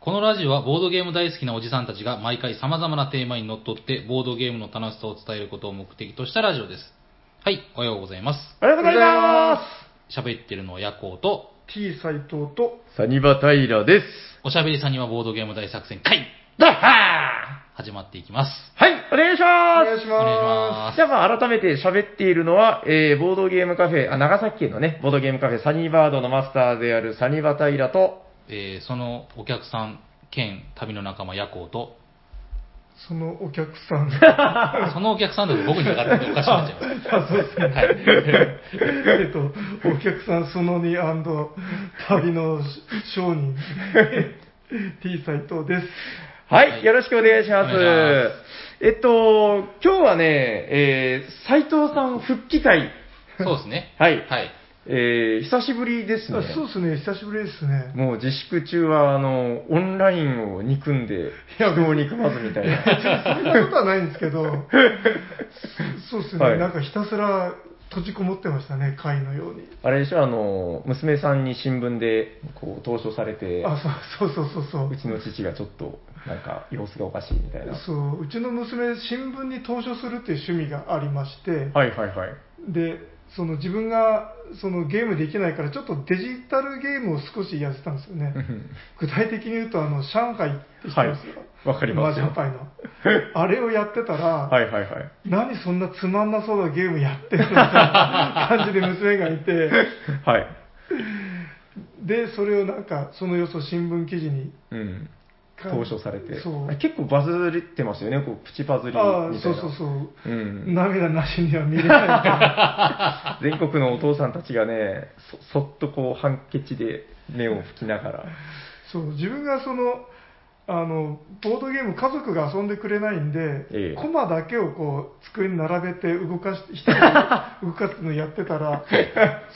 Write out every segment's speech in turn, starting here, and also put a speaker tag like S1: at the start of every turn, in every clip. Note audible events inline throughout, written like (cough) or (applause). S1: このラジオはボードゲーム大好きなおじさんたちが毎回様々なテーマにのっとってボードゲームの楽しさを伝えることを目的としたラジオです。はい、おはようございます。
S2: ありがとうございま
S1: 喋ってるのは夜行と、
S2: す !T 斎藤と、
S3: サニバタイラです。
S1: おしゃべりさんにはボードゲーム大作戦会
S3: ダッハ
S1: 始まっていきます。
S3: ーはい、お願いし
S2: お
S3: ます
S2: 願いし
S1: お願いし
S2: ま
S1: ます
S3: じ。ゃあまあ改めて喋っているのは、えー、ボードゲームカフェ、あ、長崎県のね、ボードゲームカフェサニーバードのマスターであるサニバタイラと、
S1: えー、そのお客さん兼旅の仲間夜行と、
S2: す。そのお客さん。
S1: そのお客さんだと僕にかかってておかしくなっちゃいます。
S2: あ、そうですね。えっと、お客さんその2旅の商人、T 斎藤です。
S3: はい、
S1: はい
S3: よろしくお願いします。
S1: お願いしま
S3: えっと、今日はね、えー、斎藤さん復帰会。
S1: そうですね。
S3: はい。
S1: はい。
S3: えー、久しぶりですね。
S2: あそうですね、久しぶりです
S3: (laughs)
S2: ね。
S3: もう自粛中は、あの、オンラインを憎んで、客を憎まずみたいな。
S2: そんなことはないんですけど、そうですね、
S3: はい
S2: なんかひたすら閉じこもってましたね、会のように。
S3: あれでしょ、あの、娘さんに新聞で、こう、投書されて、
S2: あ、そうそうそうそう
S3: うちの父がちょっと、なんか、様子がおかしいみたいな。
S2: そううちの娘新聞に投書するっていう趣味がありまして、
S3: はいはい
S2: (laughs)
S3: はい。
S2: でその自分がそのゲームできないからちょっとデジタルゲームを少しやってたんですよね具体的に言うとあの上海って知ってますよ、
S3: はいわかりますよ
S2: マージャンパイの
S3: (laughs)
S2: あれをやってたら、
S3: はいはいはい。
S2: 何そんなつまんなそうなゲームやってるみたいな感じで娘がい
S3: (laughs)
S2: て
S3: はい。
S2: でそれをなんかその様子を新聞記事に
S3: うん。
S2: か
S3: 投書されて。
S2: そう
S3: あれ結構バズってますよね、こう、プチバズりみたいな。
S2: ああそうそうそう、
S3: うん。
S2: 涙なしには見れないみたいな
S3: 全国のお父さんたちがね、そそっとこう、ハンケチで目を拭きながら。
S2: そう自分がそのあのボードゲーム家族が遊んでくれないんで、
S3: ええ
S2: コマだけをこう机に並べて動かして
S3: (laughs)
S2: 一人で動かすのやってたら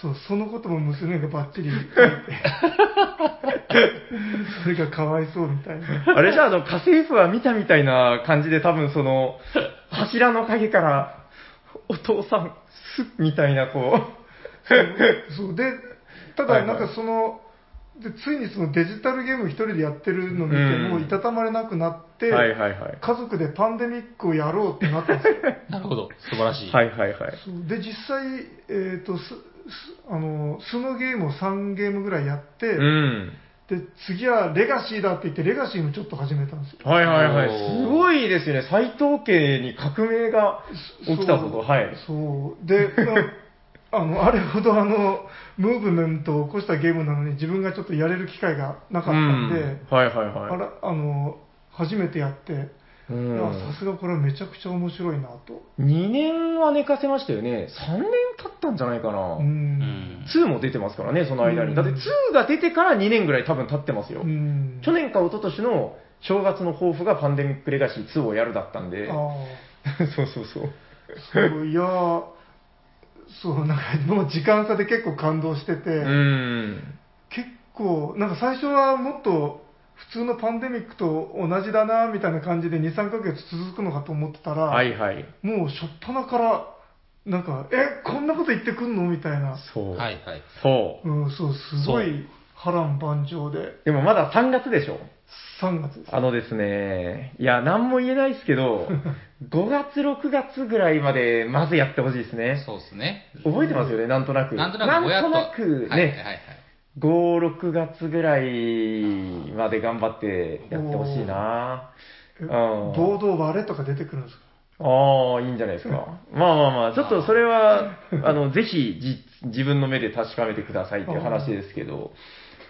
S2: そうそのことも娘がバッチリ書いてそれがかわいそうみた
S3: (laughs)
S2: いな
S3: あれじゃあ、あの、家政婦は見たみたいな感じで、多分そ (laughs) の、柱の陰から、お父さん、す、みたいな、こ (laughs)
S2: そうでた
S3: はい
S2: だ
S3: は
S2: ないんかその、でついにそのデジタルゲーム一人でやってるの見て、
S3: うん
S2: もういたたまれなくなっ
S3: う。
S2: て、
S3: はいはいはい。
S2: 家族でパンデミックをやろうってなったんですよ
S1: なるほど。素晴らしい。
S3: はいはいはい。
S2: そうで実際、えーとすすあのスのゲームを3ゲームぐらいやって、
S3: うん。
S2: で次はレガシーだって言ってレガシーもちょっと始めたんですよ
S3: はいはいはい。
S1: おー
S3: すごいですよね。斎藤家に革命が起きたぞ
S2: そ
S3: と。
S2: う
S3: はい。
S2: そうで
S3: (laughs)
S2: あのあれほどあのムーブメントを起こしたゲームなのに自分がちょっとやれる機会がなかったんで、
S3: うんはいはいはい。
S2: あらあの初めてやって
S3: う
S2: いや
S3: ん
S2: さすがこれはめちゃくちゃ面白いなと
S3: 2年は寝かせましたよね。3年経ったんじゃないかな
S2: う。
S1: うんん。
S3: 2も出てますからね、その間
S2: う
S3: に。
S2: ん
S3: だって2が出てから2年ぐらい多分経ってますよ。
S2: うん
S3: 去年か一昨年の正月の抱負がパンデミックレガシー2をやるだったんで。
S2: ああ
S3: (laughs) そうそうそう。
S2: そういやーそうなんかもう時間差で結構感動してて、
S3: うん。
S2: 結構なんか最初はもっと普通のパンデミックと同じだなみたいな感じで23ヶ月続くのかと思ってたら、
S3: はいはい。
S2: もう初っ端からなんかえこんなこと言ってくんのみたいな、
S3: そう。
S1: はいはい。
S3: そう。
S2: うん、そうすごい波乱万丈で
S3: でもまだ3月でしょ
S2: 3月です
S3: あのですね、いや、何も言えないです
S1: (laughs)
S3: けど、5月、6月ぐらいまで、まずやってほしいですね。
S1: そうですね。
S3: 覚えてますよね、なんとなく。
S1: なんとなくぼやっと。
S3: なんとなくね、
S1: はいはいはい。
S3: 5、6月ぐらいまで頑張ってやってほしいな。
S2: え
S3: うん
S2: 暴動割れとか出てくるんですか
S3: ああ、いいんじゃないですか。 (laughs) まあまあまあ、ちょっとそれ (laughs) は、あの、ぜひじ、自分の目で確かめてくださいっていう話ですけど、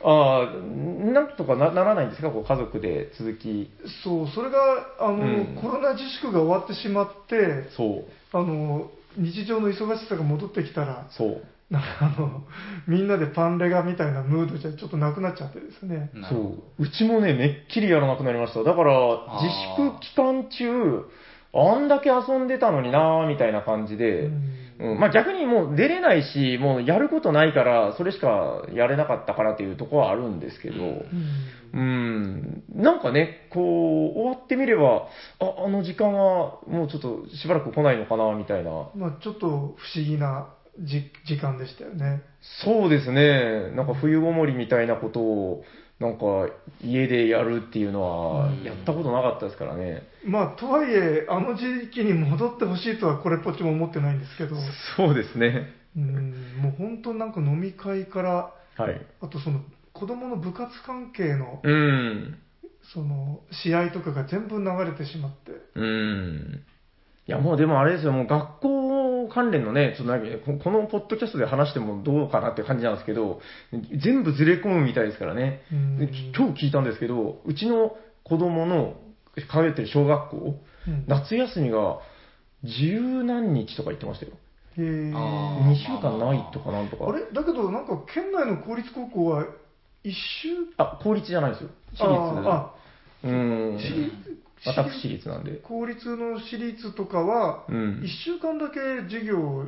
S3: ああ、なんとかなならないんですか、こう家族で続き。
S2: そうそれがあの、
S3: うん
S2: コロナ自粛が終わってしまって
S3: そう、
S2: あの日常の忙しさが戻ってきたら
S3: そう。
S2: なんかあのみんなでパンレガみたいなムードじゃちょっとなくなっちゃってですね
S1: な
S3: そ
S1: るほど
S3: う。うちもね、めっきりやらなくなりました。だから
S1: あ、ー
S3: 自粛期間中、あんだけ遊んでたのになーみたいな感じ
S2: う
S3: で、
S2: ん
S3: うん、まあ逆にもう出れないし、もうやることないから、それしかやれなかったからっていうところはあるんですけど、
S2: うん
S3: うん、なんかね、こう、終わってみれば、あ、あの時間はもうちょっとしばらく来ないのかなみたいな。
S2: まあ、ちょっと不思議なじ時間でしたよね。
S3: そうですね。なんか冬ごもりみたいなことを、なんか家でやるっていうのは、やったことなかったですからね。
S2: まあ、とはいえ、あの時期に戻ってほしいとはこれっぽっちも思ってないんですけど、
S3: そうですね。
S2: うん、もう本当なんか飲み会から、
S3: はい。
S2: あとその子供の部活関係の
S3: うん。
S2: その試合とかが全部流れてしまって、
S3: うん。いや、もうでもあれですよ、もう学校関連のね、ちょっとなんかここのポッドキャストで話してもどうかなっていう感じなんですけど、全部ずれ込むみたいですからね。
S2: うん
S3: でき今日聞いたんですけど、うちの子供の通ってる小学校、
S2: うん
S3: 夏休みが十何日とか言ってましたよ。
S2: へー
S1: あー
S3: 2週間ないとかなんとか。
S2: あれだけどなんか県内の公立高校は一週
S3: あ、公立じゃないですよ。私立。
S2: あ
S3: うーん
S2: 私立。
S3: 私立なんで。
S2: 公立の私立とかは
S3: うん
S2: 一。週間だけ授業を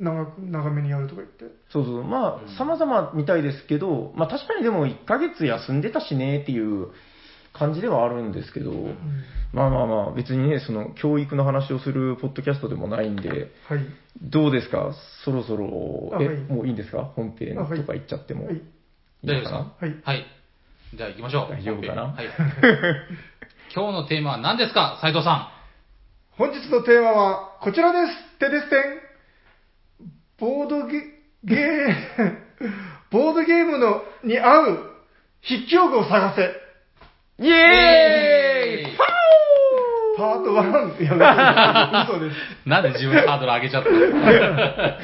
S2: 長く長めにやるとか言って
S3: そうそう。ま
S1: うん
S3: あ、様々みたいですけど、まあ確かにでも1ヶ月休んでたしねっていう感じではあるんですけど、
S2: うん
S3: まあまあまあ、別にね、その教育の話をするポッドキャストでもないんで、
S2: はい
S3: どうですかそろそろ、
S2: あ
S3: え、
S2: はい
S3: もういいんですか本編
S2: あはい
S3: とか言っちゃっても。
S2: はい
S3: いい
S1: 大丈夫で
S3: の
S1: す
S3: か
S1: か
S3: な
S2: はい
S1: はい。じゃあ行きましょう。
S3: 大丈夫かな
S1: 本編はい。 (laughs) 今日のテーマは何ですか、斉藤さ
S2: 本日のテーマはこちらですテレステンボードゲゲー (laughs) ボードゲームのに合う筆記用具を探せ
S3: イエー
S1: イエーイ
S3: イパオー
S2: パート1いや嘘です嘘です
S1: ん。なんで自分のハードル上げちゃったの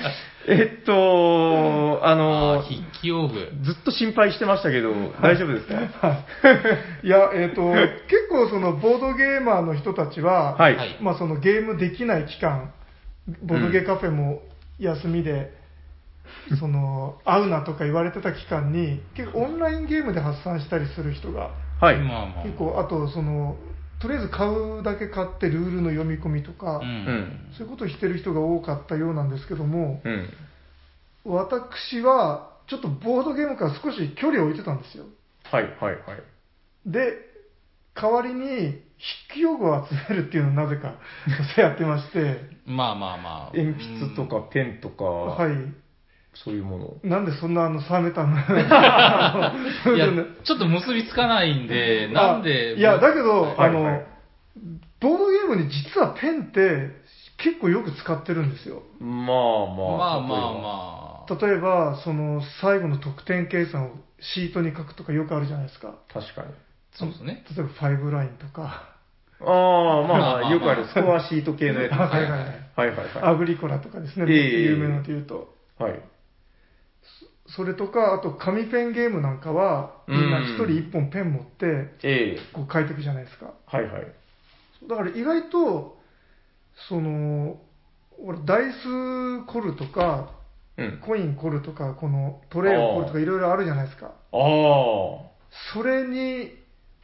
S3: えっと、あの
S1: あー、筆記用具。
S3: ずっと心配してましたけど、大丈夫ですか
S2: はいいや、えっ、と、結構そのボードゲーマーの人たちは、
S3: はい。
S1: はい
S2: まあそのゲームできない期間、ボードゲーカフェも休みで、その、会うなとか言われてた期間に、結構オンラインゲームで発散したりする人が、
S3: はい。
S1: まあまあ。
S2: 結構、あとその、とりあえず買うだけ買ってルールの読み込みとか、
S1: う。
S3: うんん。
S2: そういうことをしてる人が多かったようなんですけども、
S3: うん。
S2: 私は、ちょっとボードゲームから少し距離を置いてたんですよ。
S3: はい、はい、はい。
S2: で、代わりに筆記用具を集めるっていうのをなぜかそうやってまして、
S1: まあまあまあ。
S3: 鉛筆とかペンとか、
S2: はい。
S3: そういうもの。
S2: なんでそんなあの冷めたのあ
S1: う
S2: の
S1: ん。い
S2: (laughs)
S1: や、ちょっと結びつかないんで、なんで。
S2: あいや、だけど、
S3: はい
S2: あの、
S3: はい
S2: ボードゲームに実はペンって結構よく使ってるんですよ。
S3: まあまあ。
S1: まあまあまあ。
S2: 例えば、その最後の得点計算をシートに書くとかよくあるじゃないですか。
S3: 確かに。
S1: そうですね。
S2: 例えばファイブラインとか、
S3: ああ、ま
S1: まあ
S3: あ
S1: ま
S3: ま
S1: あ
S3: あ、よくあるスコアシート系のやつ。
S2: あはいはいはい
S3: はいはいは
S2: アグリコラとかですね、
S3: ええ
S2: 有名なので言うと。
S3: い。はい。
S2: それとか、あと紙ペンゲームなんかは、みんな一人一本ペン持って、
S3: ええ
S2: こう書いていくじゃないですか。
S3: はいはい。
S2: だから意外と、その、俺、ダイス凝るとか、
S3: うん。
S2: コイン凝るとか、このトレイを凝るとか、いろいろあるじゃないですか。
S3: ああ。
S2: それに、
S3: うん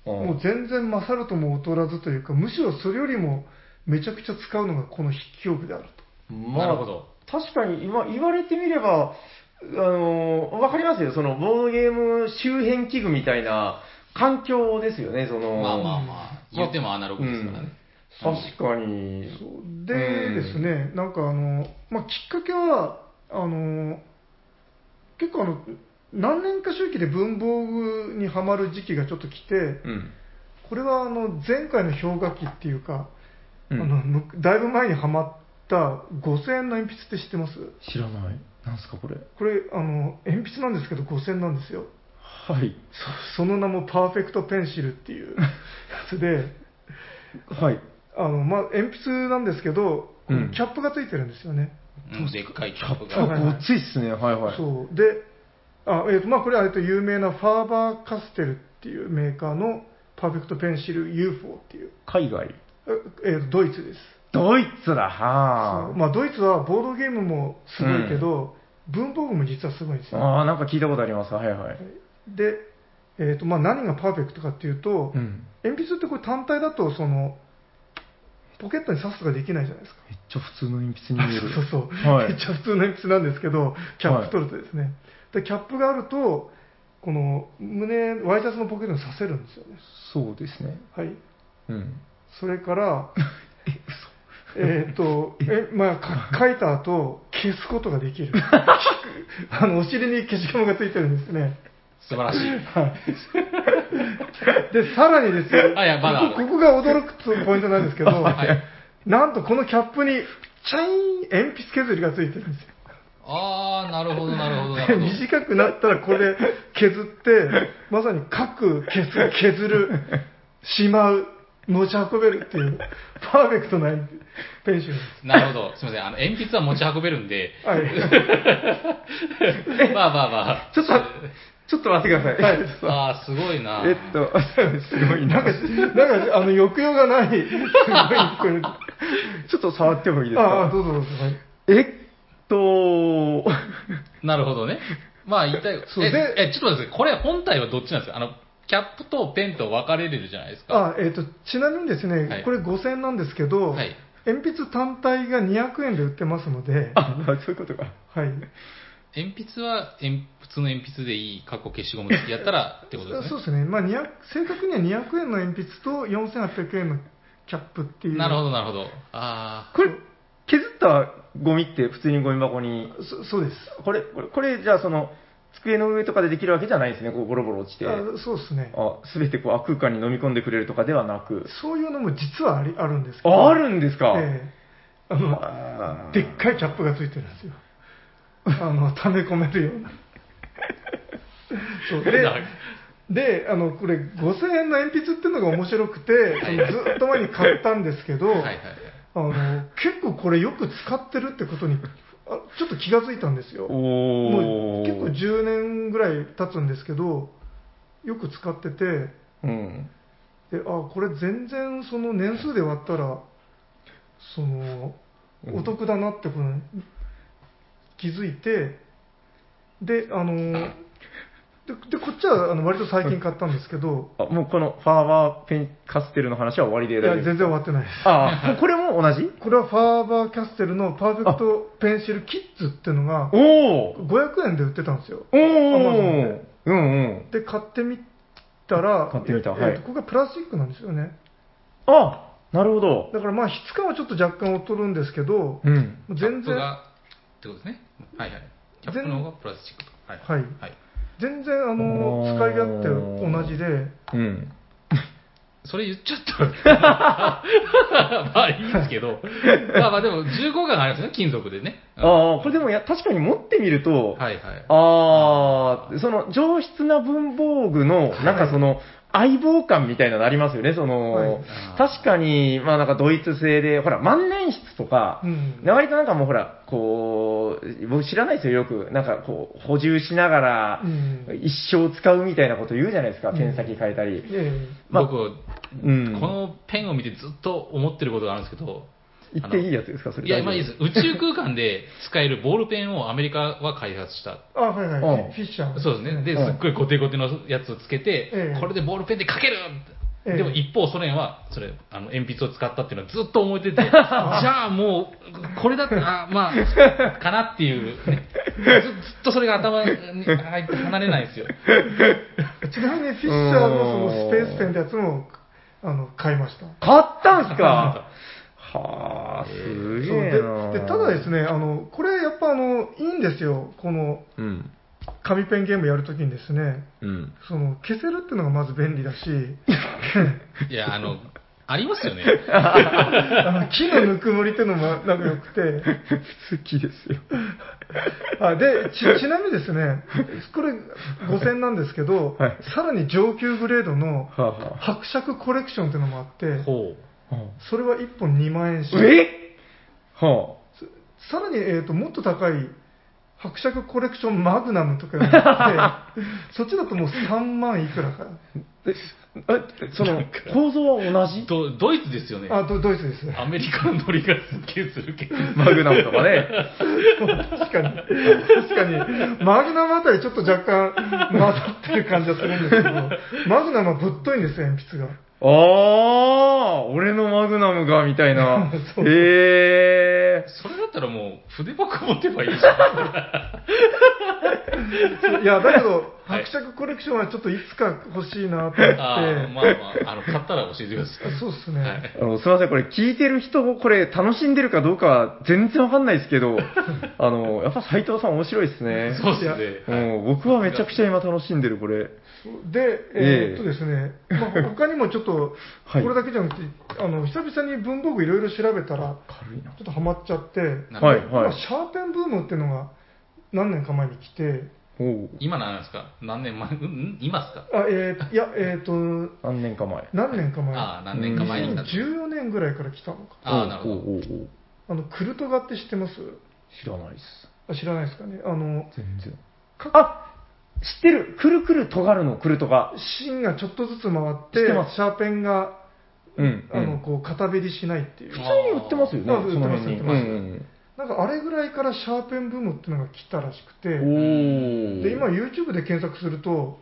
S2: もう全然勝るとも劣らずというか、むしろそれよりも、めちゃくちゃ使うのがこの筆記用具であると。
S3: まあ
S1: なるほど。
S3: 確かに今言われてみれば、あのわかりますよ、そのボードゲーム周辺器具みたいな環境ですよね、その。
S1: まあまあまあ。言ってもアナログですからね。
S3: うん確かに。
S2: そうでですね、なんかあの、まあ、きっかけは、あの結構あの、何年か周期で文房具にはまる時期がちょっと来て、
S3: うん。
S2: これはあの前回の氷河期っていうか、
S3: うん
S2: あのむだいぶ前にはまった5000円の鉛筆って知ってます
S3: 知らない。なんすか、これ。
S2: これあの、鉛筆なんですけど5000円なんですよ。
S3: はい。
S2: そその名もパーフェクトペンシルっていうやつで、
S3: (laughs) はい。
S2: あのまあ、鉛筆なんですけど、こ
S3: う
S2: の
S3: ん
S2: キャップがついてるんですよね。
S1: うんでっかいキャップ
S2: キャップ
S1: が。
S2: がごっ
S3: ついっすね、はいは
S2: そうであ、えーとまあ、これはえーと有名なファーバー・カステルっていうメーカーのパーフェクトペンシル UFO っていう、
S3: 海外。
S2: ええードイツです
S3: ドイツだ、
S2: そ
S3: は
S2: うまあ、ドイツはボードゲームもすごいけど、文房具も実はすごいんですよ
S3: ああ、なんか聞いたことあります。はいはい。
S2: で、えーとまあ、何がパーフェクトかっていうと、
S3: うん。
S2: 鉛筆ってこれ単体だとそのポケットに刺すとかできないじゃないですか
S3: めっちゃ普通の鉛筆に見える。
S2: (laughs) そうそう、
S3: はい
S2: めっちゃ普通の鉛筆なんですけど、キャップ取るとですね、でキャップがあると、この胸、ワイシャツのポケットに刺せるんですよね。
S3: そうですね。
S2: はい、
S3: うん。 (laughs)
S2: それから、えーっと、えまあ、か書いた後、消すことがで
S3: (laughs)
S2: きる。あの、お尻に消しゴムがついてるんですね。
S1: 素晴らしい。 (laughs)
S2: はい。で、さらにですよ、
S1: あいやまだ
S2: ここここが驚くポイントなんですけど、
S1: はい
S2: なんとこのキャップに、チャイン鉛筆削りがついてるんですよ。
S1: あー、なるほど、なるほど、な
S2: で
S1: (laughs) るほど。
S2: (laughs) 短くなったらこれ削って、
S1: (laughs)
S2: まさに書く、消す、削る、しまう、持ち運べるっていう、パーフェクトなペンシルで
S1: なるほど。すみません。あの、鉛筆は持ち運べるん
S2: (laughs)
S1: で、
S2: す。はい。
S1: まあまあまあ。
S3: ちょっと、ちょっと待ってください。 (laughs) ちょっと
S1: あー、すごいな。
S3: えっと、すごい
S2: な
S3: な。
S2: んか、なんか、あの、抑揚
S3: (laughs)
S2: がない、すごい聞こ
S3: ちょっと触ってもいい
S2: え
S3: です
S2: る。ああ、
S3: か
S2: どうぞどうぞ。はい
S3: えっと、 (laughs)
S1: なるほどね。まあ、言いたい。
S2: そう
S1: え
S2: で、
S1: えちょっと待ってください。これ本体はどっちなんですかあの、キャップとペンと分かれてるじゃないですか。
S2: あえー、とちなみにですね、
S1: はい
S2: これ5000円なんですけど、
S1: はい
S2: 鉛筆単体が200円で売ってますので、は
S3: あ、そういうことか。
S2: い、
S1: 鉛筆は、鉛普通の鉛筆でいい、かっこ消しゴム付きやったらってことです
S2: そう
S1: ね。
S2: ですね、まあ、200正確には200円の鉛筆と4800円のキャップっていう、
S1: なるほど、なるほど。あ
S3: これ、削ったゴミって普通にゴミ箱に、
S2: そそうです
S3: これ、これ、これじゃあその、机の上とかでできるわけじゃないですね。こう、ボロボロ落ちて。
S2: あ、そうですね、
S3: あ、すべてこう、悪空間に飲み込んでくれるとかではなく。
S2: そういうのも実はありあるんですけど、
S3: ああるんですか、
S2: ええあの
S3: あー
S2: でっかいキャップがついてるん
S3: (laughs)
S2: ですよ、あの溜め込めるような。そうで
S1: な
S2: であのこれ5000円の鉛筆っていうのが面白くて、そのずっと前に買ったんですけど、
S1: あ。はいはいはい。
S2: あの結構これよく使ってるってことにあちょっと気がついたんですよも
S3: お
S2: う
S3: ー
S2: 結構10年ぐらい経つんですけどよく使ってて
S3: うん。
S2: であこれ全然その年数で割ったらその
S3: うん
S2: お得だなってことに気づいてであのででこっちはあの割と最近買ったんですけど
S3: あ、もうこのファーバーペンカステルの話は終わりで
S2: い
S3: 大
S2: や
S3: 丈夫
S2: 全然終わってないです
S3: ああ、もうこれも同じ
S2: これはファーバーキャステルのパーフェクトペンシルキッズっていうのが
S3: おお
S2: 500円で売ってたんですよ
S3: おお
S2: で
S3: うんうん。
S2: で買ってみたら
S3: 買ってみた
S2: え
S3: はい
S2: えーとここがプラスチックなんですよね
S3: あなるほど。
S2: だからまあ質感はちょっと若干劣るんですけど
S3: うん。
S2: 全
S1: キャップ
S2: 然
S1: が、ってことですね。はいはい。キャップの方がプラスチックと。はい。
S2: はい
S1: はい。
S2: 全然あの
S3: おー
S2: 使い勝手同じで
S3: うん。
S1: それ言っちゃった。まあいいんですけ
S3: (laughs)
S1: ど。まあまあでも、重厚感がありますね、金属でね。うん
S3: ああ、これでもや確かに持ってみると、
S1: はいはい。
S3: ああ、その上質な文房具の、なんかその、相棒感みたいなのありますよね、その、
S2: はい
S3: 確かに、まあなんかドイツ製で、ほら、万年筆とか、
S2: うん
S3: 割となんかもうほら、こう、僕知らないですよ、よく。なんかこう、補充しながら
S2: う、ん
S3: 一生使うみたいなこと言うじゃないですか、
S2: うん
S3: ペン先変えたり。
S2: え
S3: まあ
S1: 僕、
S3: うん。
S1: このペンを見てずっと思ってることがあるんですけど、
S3: 言っていいやつですか、それ。
S1: いや、まあいいです。宇宙空間で使えるボールペンをアメリカは開発した。
S2: えあはいは
S3: うん
S2: いフィッシャー
S1: そうですね。で、す
S3: うん
S1: っごいゴテゴテのやつをつけて、
S2: ええ
S1: これでボールペンで書ける
S2: ええ
S1: でも一方、ソ連は、それ、あの、鉛筆を使ったっていうのはずっと思えてて、じゃあもう、これだったら、あまあ、かなっていう、ねず、ずっとそれが頭に入って離れないんですよ。
S2: ちなみにフィッシャーのそのスペースペンってやつもあの買いました
S3: 買ったんすかはあ、すげ
S2: そう
S3: え
S2: で
S3: な
S2: でただですねあのこれやっぱあのいいんですよこの
S3: うん。
S2: 紙ペンゲームやるときにですね
S3: うん。
S2: その消せるっていうのがまず便利
S3: (laughs)
S2: だし
S1: いや、あの、ありますよね。
S2: あの木のぬくもりっていうのもなんか良くて
S3: 好きですよ。
S2: あでち (laughs) ちなみにですねこれ5000なんですけど、
S3: はい
S2: さらに上級グレードの
S3: はあ、は
S2: (laughs) 伯爵コレクションっていうのもあって
S1: ほう。
S3: あ、
S2: それは1本2万円し
S3: えは
S2: さらに、えー、ともっと高い伯爵コレクションマグナムとかがあ
S3: (laughs)
S2: ってそっちだともう3万いくらか
S3: あ。え、えその、構造は
S1: (laughs)
S3: 同じ
S1: ドドイツですよね。
S2: あドドイツです
S1: アメリカのノリがすっげえするけど。
S3: マグナムとかね。
S2: (laughs) 確かに、確かに、マグナムあたりちょっと若干混ざってる感じがするんですけど、マグナムはぶっといんですよ、鉛筆が。
S3: ああ、俺のマグナムが、みたいな
S2: (laughs) そ。う
S3: へえ。
S1: それだったらもう筆箱持てばいいじゃん。
S2: いや、だけど、
S1: はい
S2: 伯爵コレクションはちょっといつか欲しいなと思って、
S1: あーまあまあ、あの、買ったら教えてください。
S2: そうですね。
S1: はい
S3: あのすみません、これ聞いてる人もこれ楽しんでるかどうかは全然わかんないですけ
S2: (laughs)
S3: ど、あの、やっぱ斎藤さん面白いですね。
S1: そうですね。
S3: もう僕はめちゃくちゃ今楽しんでる、これ。
S2: で、
S3: ええ
S2: えーっとですね、まあ、他にもちょっと、
S3: はい
S2: これだけじゃなくて、あの久々に文房具いろいろ調べたら、
S3: 軽いな。
S2: ちょっとハマっちゃって、
S1: な
S3: はい、
S2: 今
S3: はい。
S2: シャーペンブームっていうのが何年か前に来て、
S3: おう
S1: 今なんですか何年前うん今ですか
S2: あえーいや、えーっと、
S3: 何年か前。
S2: 何年か前、
S1: ああ、何年か前に来たんです
S2: 14年ぐらいから来たのか、
S1: ああ、なるほ
S3: おう
S1: ど。
S3: おうおう
S2: あのクルトガって知ってます
S3: 知らないです。
S2: あ知らないですかね、あの
S3: 全然。
S2: か
S3: あ知ってる。くるくるとがるのくるとが。
S2: 芯がちょっとずつ回っ、
S3: 知っててます
S2: シャーペンが
S3: うん。
S2: あの
S3: うん
S2: こう片べりしないっていう、
S3: 普通に売ってますよね、
S2: あ売って
S3: その
S2: ます
S3: 辺に。
S2: 売ってます
S3: うん
S2: なんかあれぐらいからシャーペンブームっていうのが来たらしくて。
S3: うんおお。
S2: で今 YouTube で検索すると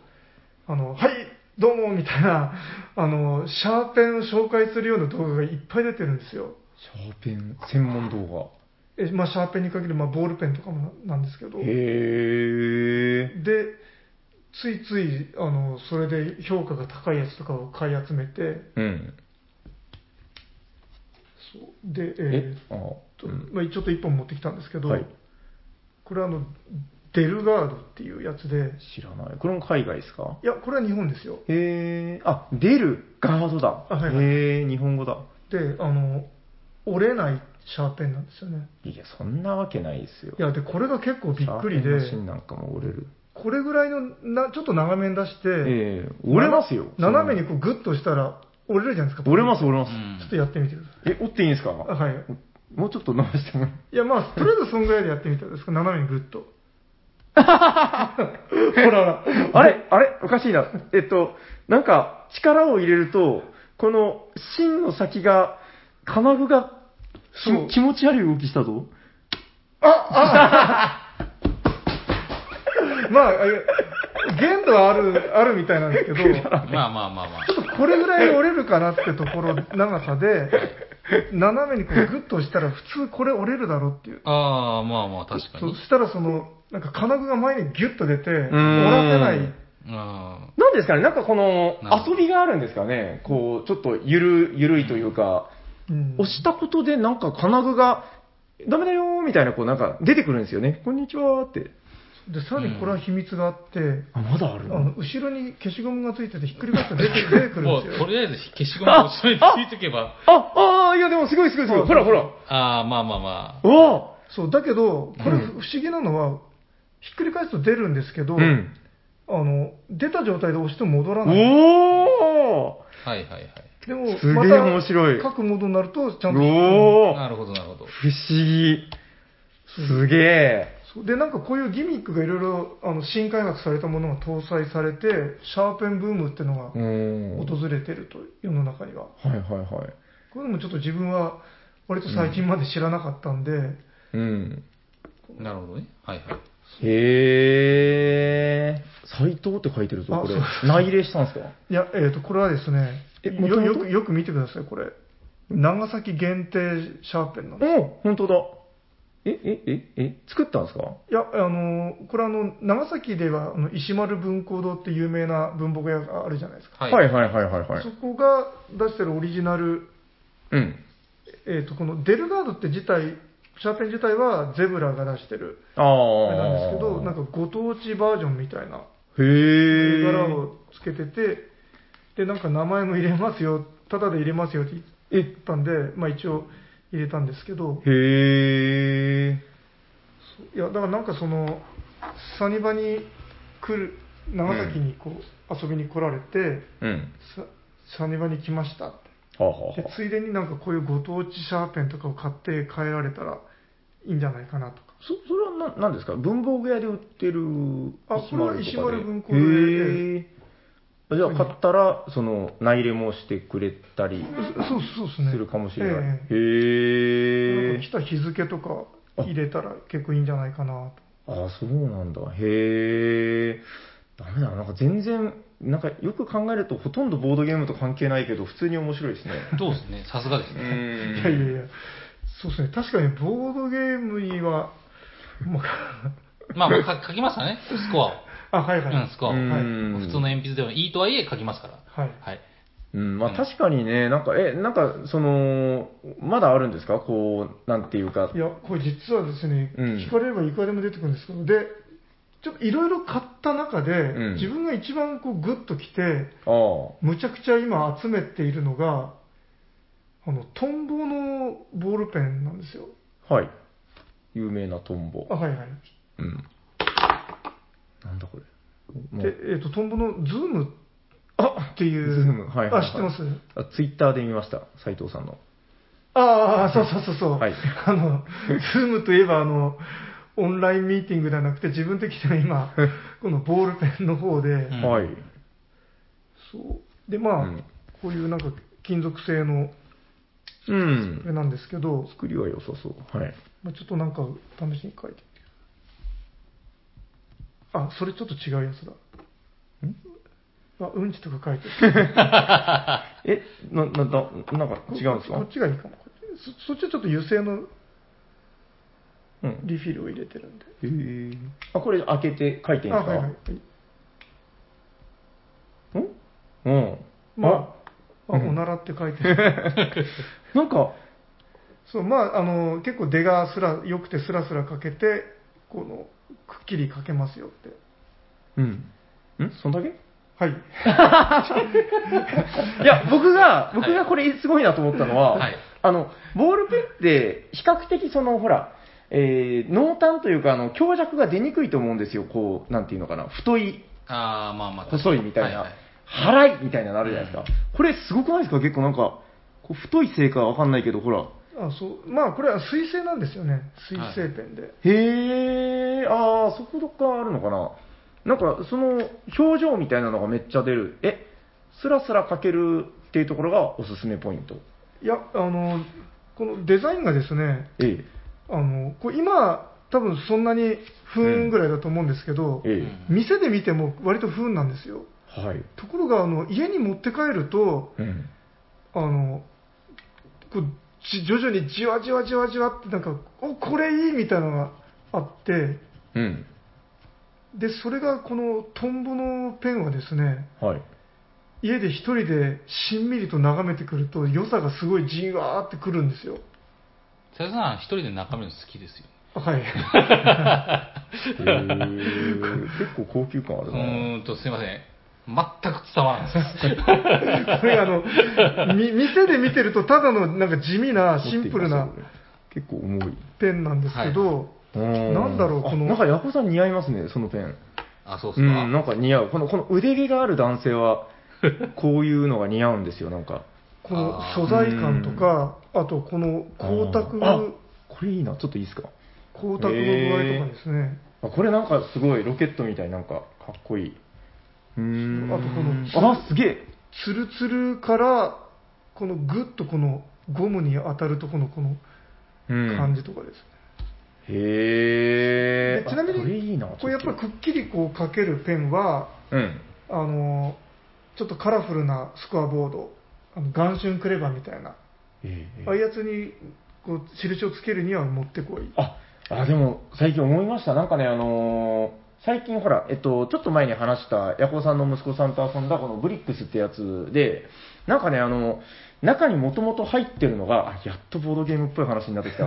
S2: あのはいどうもみたいな (laughs) あのシャーペンを紹介するような動画がいっぱい出てるんですよ
S3: シャーペン専門動
S2: え、まあ、シャーペンに限る、まあ、ボールペンとかもななんですけ
S3: 画。
S2: ど
S3: へ
S2: で
S3: え。
S2: ついついあのそれで評価が高いやつとかを買い集めて
S3: うん。
S2: そうで、え
S3: え
S2: ー
S3: あ
S2: と
S3: うん
S2: まあ、ちょっと1本持ってきたんですけど、
S3: はい
S2: これあのデルガードっていうやつで
S3: 知らない。これも海外ですか
S2: いやこれは日本ですよ
S3: へえ。あ、出るガードだ。
S2: あはいはい
S3: へえ、日本語だ。
S2: であの折れないシャーペンなんですよね
S3: いや、そんなわけないですよ。
S2: いやでこれが結構びっくり
S3: シャーペン
S2: で
S3: の芯なんかも折れる。
S2: これぐらいのなちょっと長めに出して、
S3: ええ、折れますよ。
S2: な斜めにこうグッとしたら折れるじゃないですか
S3: 折れます、折れ
S1: う
S3: ます。
S1: ん
S2: ちょっとやってみてくださ
S3: え、折っていいんですか
S2: いあはい
S3: もうちょっと伸ばしてもら
S2: いやまあとりあえずそんぐらいでやってみたんですか斜めにグッとほらほら
S3: (laughs) あれあれおかしいな。えっと、なんか、力を入れると、この芯の先が、金具が、き
S2: そう
S3: 気持ち悪い動きしたぞ。
S2: まああいや限度はあるあるみたいなんですけどち
S3: (laughs)
S2: ょ
S1: まあまあまあまあ。
S2: っとこれぐらい折れるかなってところ長
S3: (laughs)
S2: さで斜めにこうグッと押したら普通これ折れるだろうっていう
S1: ああ、まあまあ、確か
S2: そ
S1: に
S2: う。したらそのなんか金具が前にギュッと出て折らせ
S3: ん
S2: ない
S1: うん。
S3: なんですかねなんかこの
S1: なる、ほど
S3: 遊びがあるんですかねこう、ちょっとゆる、ゆるいというか、
S2: うん
S3: 押したことでなんか金具が、ダメだよーみたいな、こうなんか出てくるんですよね。こんにちはーって。
S2: でさらにこれは秘密があって、
S3: あ、まだある
S2: あの
S3: の
S2: 後ろに消しゴムがついててひっくり返って
S3: (laughs)
S2: 出て出てくる
S1: も
S2: ん
S1: う、
S2: です
S1: と
S2: よ。
S1: りあえず消しゴムを後ろについておけば、
S3: あ、あーいやでもすごいすごいすごい。ほらほら。
S1: ああ、まあまあまあ。
S3: おー
S2: そうだけどこ
S3: う
S2: れ
S3: ん
S2: 不思議なのは、ひっくり返すと出るんですけど、
S3: うん。
S2: あの出た状態で押しても戻らない。
S3: お
S1: はいはいはい。
S2: でも
S3: ーすげえ面白い。
S2: 書くモードになるとちゃんと。
S3: おお
S1: なるほど、なるほど。
S3: 不思議。すげえ。
S2: そうでなんかこういうギミックがいろいろあの新開発されたものが搭載されてシャーペンブームっていうの
S3: う
S2: が
S3: ん。はい
S2: 訪れてると世の中には。
S3: はいはい。
S2: これもちょっと自分は割と最近まで知らなかったんで、
S3: うん。
S1: なるほどね。はいはい。
S3: へえ。斎藤って書いてるぞ、
S2: あ
S3: これ
S2: そう。
S3: 内礼したんですか
S2: いや、えっ、と、これはですね、
S3: え
S2: よ
S3: 元々
S2: よく、よく見てください、これ。長崎限定シャーペンなんです。
S3: お本当だ。え、え、え、え、作ったんですか
S2: いや、あのーこれあの、長崎では、あの、石丸文庫堂って有名な文房具屋があるじゃないですか。
S1: はい。
S3: はいはいはいはいはい
S2: そ。こが出してるオリジナル、
S3: うん。
S2: えっ、と、このデルガードって自体、シャーペン自体はゼブラが出してる
S3: あ
S2: あ
S3: あ。
S2: れなんですけど、なんかご当地バージョンみたいな
S3: へえ。
S2: 柄をつけてて、で、なんか名前も入れますよ、タダで入れますよって言ったんで、まあ一応入れたんですけど、
S3: へえ。
S2: いやだからなんかそのサニバに来る長崎にこう、遊びに来られて
S3: うん。
S2: さサニバに来ましたって
S3: はあはあ
S2: で
S3: はあ
S2: ついでになんかこういうご当地シャーペンとかを買って帰られたらいいんじゃないかなとか
S3: そそれはな何ですか文房具屋で売ってる
S2: あこれ
S3: 石丸とか
S2: は
S3: で
S2: 石丸文庫堂で
S3: へえあじゃあ買ったらその内入れもしてくれたり
S2: そうそうですね
S3: するかもしれない、
S2: ええ
S3: へ
S2: なん
S3: え
S2: か来た日付とか入れたら結構いいんじゃないかなと
S3: あそうなんだへえダメだななんか全然なんかよく考えるとほとんどボードゲームと関係ないけど普通に面白いですね
S1: どうですね。さすがです
S3: う
S1: ね。
S3: ん
S2: いやいやいやそうですね確かにボードゲームには、まあ (laughs)
S1: まあ、まあ書書きましたね、スコアを。
S2: あ、はいはい。
S1: うん、スコアを。
S2: ん
S1: 普通の鉛筆でもいいとはいえ書きますから。
S2: はい。
S1: はい。
S3: うん、ま
S1: うん
S3: あ確かにね、なんか、え、なんか、その、まだあるんですかこう、なんていうか
S2: い。や、これ実はですね、
S3: うん
S2: 聞かれればいくらでも出てくるんですけど、で、ちょっといろいろ買った中で、
S3: うん
S2: 自分が一番こうグッときて、
S3: ああ。
S2: むちゃくちゃ今集めているのが、あの、トンボのボールペンなんですよ。
S3: はい。有名なトンボ
S2: あ、。はいはい。
S3: うん。なんだこれ。も
S2: で
S3: う、
S2: えっ、と、トンボのズーム
S3: あ
S2: っていう、
S3: ズームはいはいはい
S2: あ、知ってます
S3: あ、ツイッターで見ました。斉藤さんの。
S2: ああ、そうそうそうそう。
S3: はい
S2: あの、ズームといえば、あの、オンラインミーティングではなくて、自分的には今、
S3: (laughs)
S2: このボールペンの方で、
S1: ん
S3: はい。
S2: そう。で、まあ、
S3: うん
S2: こういうなんか金属製の、
S3: う
S2: あれ
S3: ん。
S2: なんですけど、
S3: 作りは良さそう。はい。
S2: まあ、ちょっとなんか試しに書いてみてあ、それちょっと違うやつだ。あ、うんちとか書いてる。
S3: え、な、な、な、なんか違うんです
S2: こ
S3: か
S2: っちがいいかも。こっちそそっちはちょっと油性の
S3: うん。
S2: リフィルを入れてるんで。
S3: へーあ、これ開けて書いていいん
S2: あ、
S3: ですか
S2: はいはい。
S3: うんうん。
S2: まあ、あ
S3: うん
S2: おならって書いてる。
S3: あ、なんか、
S2: そう、まあ、あの、結構出がすら、良くてスラスラ書けて、この、くっきり書けますよって。
S3: うん。んそんだけ
S2: はい。
S3: (laughs) いや、僕が、
S1: い
S3: 僕がこれすごいなと思ったのは、
S1: はい
S3: あの、ボールペンって比較的その、ほら、えー、濃淡というか、あの、強弱が出にくいと思うんですよ。こう、なんていうのかな、太い、
S1: ああ、まあまあ。
S3: 細いみたい
S1: は
S3: な
S1: は、
S3: 払いみたいなのあるじゃないですか。これすごくないですか結構なんか、こう太いせいかわかんないけど、ほら。
S2: あそうまあこれは水性なんですよね水性ペンで、
S3: へえ、ああ、そこどっかあるのかな。なんか、その、表情みたいなのがめっちゃ出る。え、スラスラ描けるっていうところがおすすめポイント。
S2: い、やあのこのデザインがですね
S3: え
S2: あのこれ今多分そんなに不運ぐらいだと思うんですけど、
S3: え、え
S1: うん
S2: 店で見ても割と不運なんですよ
S3: え、はい。
S2: ところがあの家に持って帰ると
S3: うん。
S2: あのこうじ徐々にじわじわじわじわってなんかおこれいいみたいなのがあって
S3: うん。
S2: でそれがこのトンボのペンはですね
S3: はい。
S2: 家で一人でしんみりと眺めてくると良さがすごいじわーってくるんですよ
S1: 瀬戸さん、一人で中身の好きですよ。
S2: はい
S3: へー結構高級感あ
S1: う
S3: るな。
S1: ーんと、すいません。全く伝わらないです。
S2: (laughs) これあのみ店で見てるとただのなんか地味なシンプル
S3: 持
S2: な
S3: っていますよ。これ結構重い。
S2: ペンなんですけど、
S3: うー
S2: なんだろうこの
S3: あなんか、ヤコさん似合いますね、そのペン。
S1: (laughs) あ、そうっす
S3: う
S1: か。
S3: ん、なんか似合う。この、この腕毛がある男性 (laughs) は、こういうのが似合うんですよ、なんか。
S2: この
S1: あー
S2: 素材感とかあとこの
S3: あ
S2: 光沢
S3: ー
S2: の
S3: あこれいいな、ちょっといいですか。
S2: 光沢の具合とかですね、
S3: あこれなんかすごい、ロケットみたい、なんかかっこいい。うーん。
S2: あとこの
S3: あ、すげえ。
S2: ツルツルからこのグッとこのゴムに当たるとこのこの
S3: うん。
S2: 感じとかですね、
S3: へえ。
S2: でちなみに
S3: あこれいいな。
S2: これやっぱり
S3: ち
S2: くっきりこう描けるペンは
S3: ょっとうん。
S2: あのちょっとカラフルなスコアボード、あの眼春クレバーみたいな、
S3: ええ
S2: ああいうやつにこう印をつけるにはもってこい。
S3: あ、あ、でも最近思いました。なんかね、あのー最近ほら、えっと、ちょっと前に話したヤコさんの息子さんと遊んだこのブリックスってやつで、なんかね、あの、中にもともと入ってるのが、あやっとボードゲームっぽい話になってきた。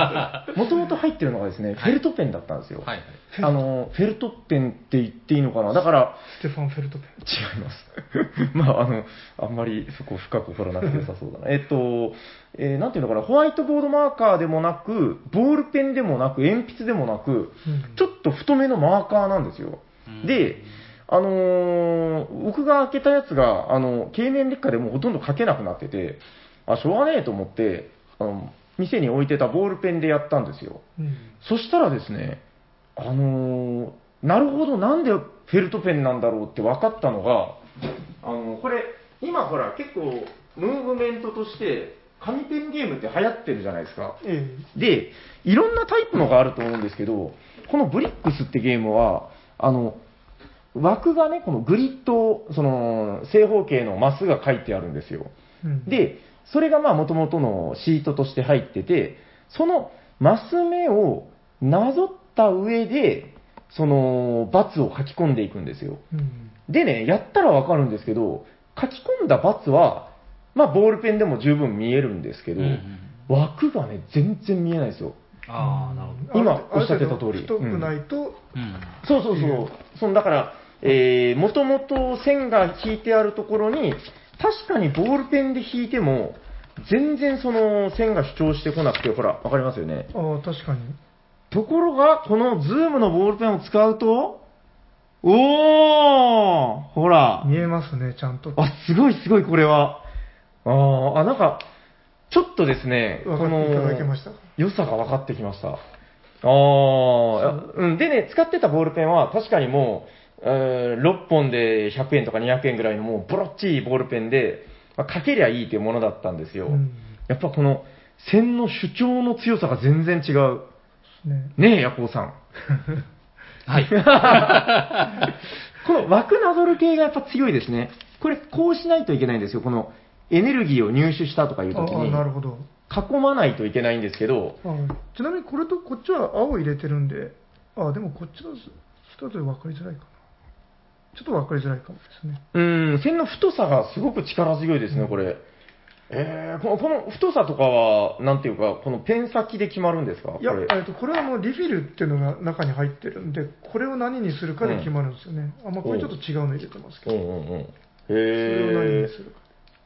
S1: (laughs)
S3: もともと入ってるのがですね、フェルトペンだったんですよ。
S1: はいはい。
S3: あの、フェルトペンって言っていいのかなだから、
S2: ステファン・フェルトペン。
S3: 違います。 (laughs) まあ、あの、あんまりそこ深く掘らなくて良さそうだな。えっと、えーなんていうのかな、ホワイトボードマーカーでもなく、ボールペンでもなく、鉛筆でもなく、
S2: うん
S3: ちょっと太めのマーカーなんですよ。
S1: うん
S3: で、あのー僕が開けたやつが、あの、経年劣化でもうほとんど書けなくなってて、あ、しょうがねえと思って、あの、店に置いてたボールペンでやったんですよ。
S2: うん
S3: そしたらですね、あのーなるほど、なんでフェルトペンなんだろうって分かったのが、あのこれ、今ほら、結構、ムーブメントとして、紙ペンゲームって流行ってるじゃないですか。
S2: え
S3: で、いろんなタイプのがあると思うんですけど、このブリックスってゲームは、あの、枠がね、このグリッド、その、正方形のマスが書いてあるんですよ。
S2: えうん
S3: で、それがまあ元々のシートとして入ってて、そのマス目をなぞった上で、その、罰を書き込んでいくんですよ。
S2: うん
S3: でね、やったらわかるんですけど、書き込んだ罰は、まあ、ボールペンでも十分見えるんですけど、
S1: うんうん
S3: 枠がね、全然見えないですよ。
S1: ああ、なるほど。
S3: 今
S2: ある
S3: おっしゃってた通り
S2: ある程度太くないと、
S1: うん。
S3: そうそうそう。そのだから、えー、もともと線が引いてあるところに、確かにボールペンで引いても、全然その線が主張してこなくて、ほら、わかりますよね。
S2: ああ、確かに。
S3: ところが、このズームのボールペンを使うと、おーほら。
S2: 見えますね、ちゃんと。
S3: あ、すごいすごい、これは。あーあ、なんか、ちょっとですね、
S2: 分かっていただけました。
S3: 良さが分かってきました。ああ、うん。でね、使ってたボールペンは確かにもう、えー6本で100円とか200円ぐらいのもうボロッチいボールペンで、まあ、書けりゃいいっていうものだったんですよ。
S2: うん
S3: やっぱこの線の主張の強さが全然違う。
S2: ね、
S3: ねえ、ヤコウさ
S2: (laughs)
S3: ん。 (laughs)
S1: はい。
S3: この枠なぞる系がやっぱ強いですね。これこうしないといけないんですよ。このエネルギーを入手したとかいう
S2: あ
S3: 時
S2: あ、
S3: に
S2: なるほど。
S3: 囲まないといけないんですけど、
S2: ああちなみにこれとこっちは青入れてるんで、ああ、でもこっちだとだと分かりづらいかな。ちょっと分かりづらいかもですね。
S3: うん、線の太さがすごく力強いですね、これ。えー、このこの太さとかは、なんていうか、このペン先で決まるんですかこ
S2: いや、
S3: れ
S2: えっと、これはもうリフィルっていうのが中に入ってるんで、これを何にするかで決まるんですよね。あ、まあこれちょっと違うの入れてますけ
S3: うん
S2: ど、
S3: うんうん。
S2: それを何
S3: へ
S2: に
S3: え
S2: す。るか。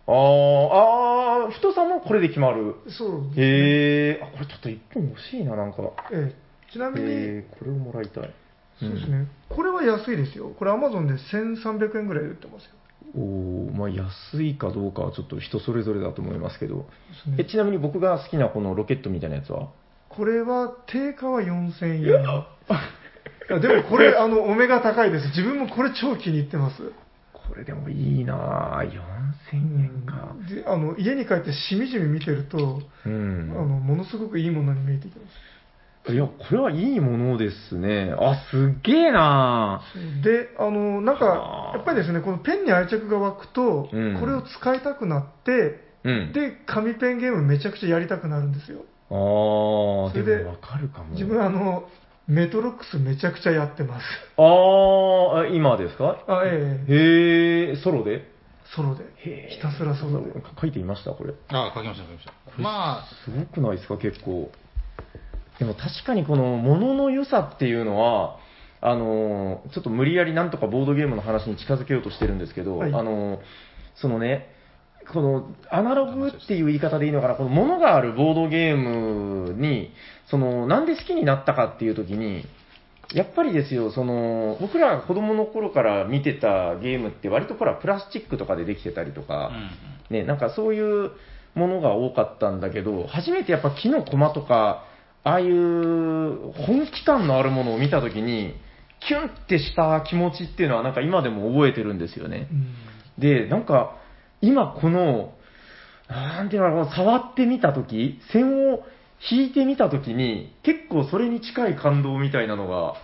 S3: あーあー、太さもこれで決まる。
S2: そうですね
S3: へえ。あ、これちょっと一本欲しいな、なんか。
S2: ええちなみに、
S3: へえ、これをもらいたい。
S2: そうですね、これは安いですよ。これアマゾンで1300円ぐらいで売ってますよ。
S3: おーまあ、安いかどうかはちょっと人それぞれだと思いますけど、
S2: そう
S3: え
S2: ですね、
S3: ちなみに僕が好きなこのロケットみたいなやつは
S2: これは定価は4000円。い
S3: (laughs)
S2: やでもこれ、あの、お目が高いです。自分もこれ超気に入ってます。
S3: これでもいいなぁ4000円か
S2: であの家に帰ってしみじみ見てると、
S3: う
S2: あ
S3: ん
S2: のものすごくいいものに見えてきます。
S3: いやこれはいいものですねあすっげえな
S2: で、あの、なんか
S3: は、あ
S2: やっぱりですね、このペンに愛着が湧くと、
S3: うん
S2: これを使いたくなって、
S3: ぁうん
S2: で、紙ペンゲームめちゃくちゃやりたくなるんですよ。
S3: ああ
S2: それで
S3: でもわかるかも
S2: 自分、あの、メトロックスめちゃくちゃやってます。
S3: ああ今ですか
S2: あ、ええ
S3: へえソロで
S2: ソロで
S3: へ。え
S2: ひたすらソロで。
S3: 書いていましたこれ
S1: ああ、書きました、書きました。ます
S3: ごくないですか、結構。でも確かにこの物の良さっていうのは、あのーちょっと無理やりなんとかボードゲームの話に近づけようとしてるんですけど、
S2: はい
S3: あのーそのね、このアナログっていう言い方でいいのかな、この物があるボードゲームに、そのなんで好きになったかっていうときに、やっぱりですよ、その僕らが子供の頃から見てたゲームって、割とほらプラスチックとかでできてたりと
S1: あ、
S3: か
S1: う、ん。
S3: ね、なんかそういうものが多かったんだけど、初めてやっぱ木の駒とか、ああいう本気感のあるものを見たときに、キュンってした気持ちっていうのはなんか今でも覚えてるんですよね。
S2: うん
S3: で、なんか今この、なんていうのかな、触ってみたとき、線を引いてみたときに、結構それに近い感動みたいなのが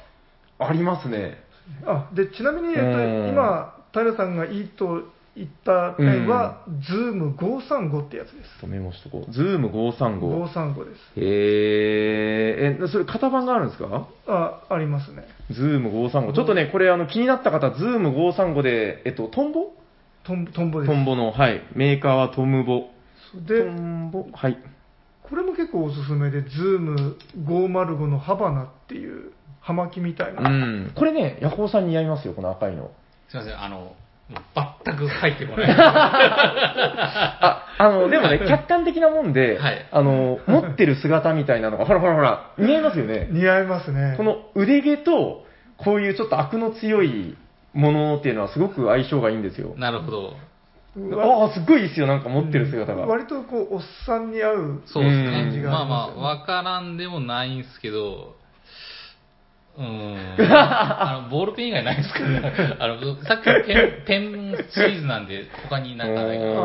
S3: ありますね。
S2: あでちなみに、えっと
S3: うん
S2: 今、平さんがいいと言ったペンは、ズーム535ってやつで
S3: ち
S2: す。
S3: ょっとメモしとこう。ズーム535。
S2: 535です。
S3: へえ、え、それ型番があるんですか
S2: あ、ありますね。
S3: ズーム535。ちょっとね、これあの気になった方、ズーム535で、えっと、トンボ
S2: トンボトンボです
S3: ト。ンボの、はい。メーカーはトムボ。
S2: で
S3: ト、ンボはい。
S2: これも結構おすすめで、ズーム505のハバナっていう、葉巻みたいうな。
S3: ん。これね、ヤコウさん似合いますよ、この赤いの。
S1: すいません、あの、全く入ってこない。
S3: あ、あの、でもね、客観的なもんで、
S1: はい
S3: あの、持ってる姿みたいなのが、ほらほらほら、似合いますよね。
S2: 似合いますね。
S3: この腕毛と、こういうちょっとアクの強いものっていうのはすごく相性がいいんですよ。
S1: (laughs) なるほど。
S2: わ
S3: ああ、すっごいいいですよ、なんか持ってる姿が。
S2: 割とこう、おっさんに合う。
S1: そうです
S3: 感
S1: ね
S2: じ。が
S1: ま
S2: あ
S1: あ
S2: り
S1: ま
S2: ますよね
S1: あ、わからんでもないんすけど、うー
S3: (laughs)
S1: ん。あの、ボールペン以外ないですから、あの、さっきのペン、ペンシリーズなんで、他になんかないかな。
S3: うー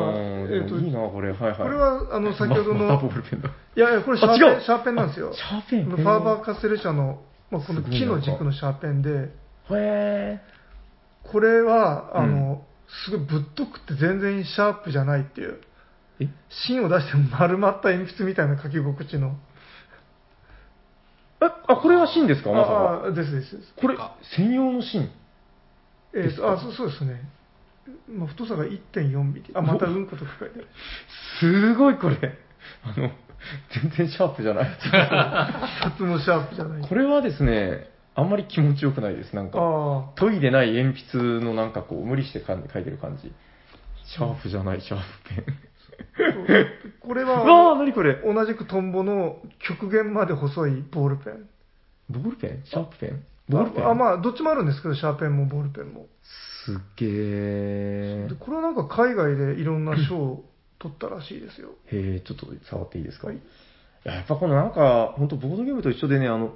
S3: ん
S2: あえっと
S3: いいな、これ。はいはい。
S2: これは、あの、先ほど
S3: まま
S2: の、
S3: たボールペンだ。
S2: いやいや、これシャー
S3: あ
S2: ペ
S3: 違う
S2: ン、シャーペンなんですよ。
S3: シャーペン
S2: ファーバーカステル社の、まあ、この
S3: すごい
S2: 木の軸のシャーペンで、
S3: へ
S2: これは、あ
S3: う
S2: の、すごいぶっとくって全然シャープじゃないっていう。
S3: え。
S2: 芯を出して丸まった鉛筆みたいな書き心地の。
S3: あ、これは芯ですかまさ
S2: あ
S3: か。
S2: あ、ですですです。
S3: これ、専用の芯
S2: え
S3: です
S2: ー、
S3: か
S2: あそうそうですね。まあ、太さが1.4ミリ。あ、またうんこと書い
S3: (laughs)
S2: てある。
S3: すごいこれ。あの、全然シャープじ
S2: (laughs)
S3: ゃない。
S2: 2つもシャープじゃない。
S3: これはですね、あんまり気持ちよくないです。なんか、
S2: ああ、
S3: 研いでない鉛筆のなんかこう、無理してかん書いてる感じ。シャープじゃない、シャープペン。
S2: そうこれ
S3: うわあ、 (laughs)
S2: は、
S3: なにこれ
S2: 同じくトンボの極限まで細いボールペン。
S3: ボールペンシャープペンボールペン
S2: ああ、まあ、どっちもあるんですけど、シャーペンもボールペンも。
S3: すっげえ
S2: で。これはなんか海外でいろんな賞を取ったらしいですよ。
S3: へえ、ちょっと触っていいですか、
S2: はい
S3: いややっぱこのなんか、本当ボードゲームと一緒でね、あの、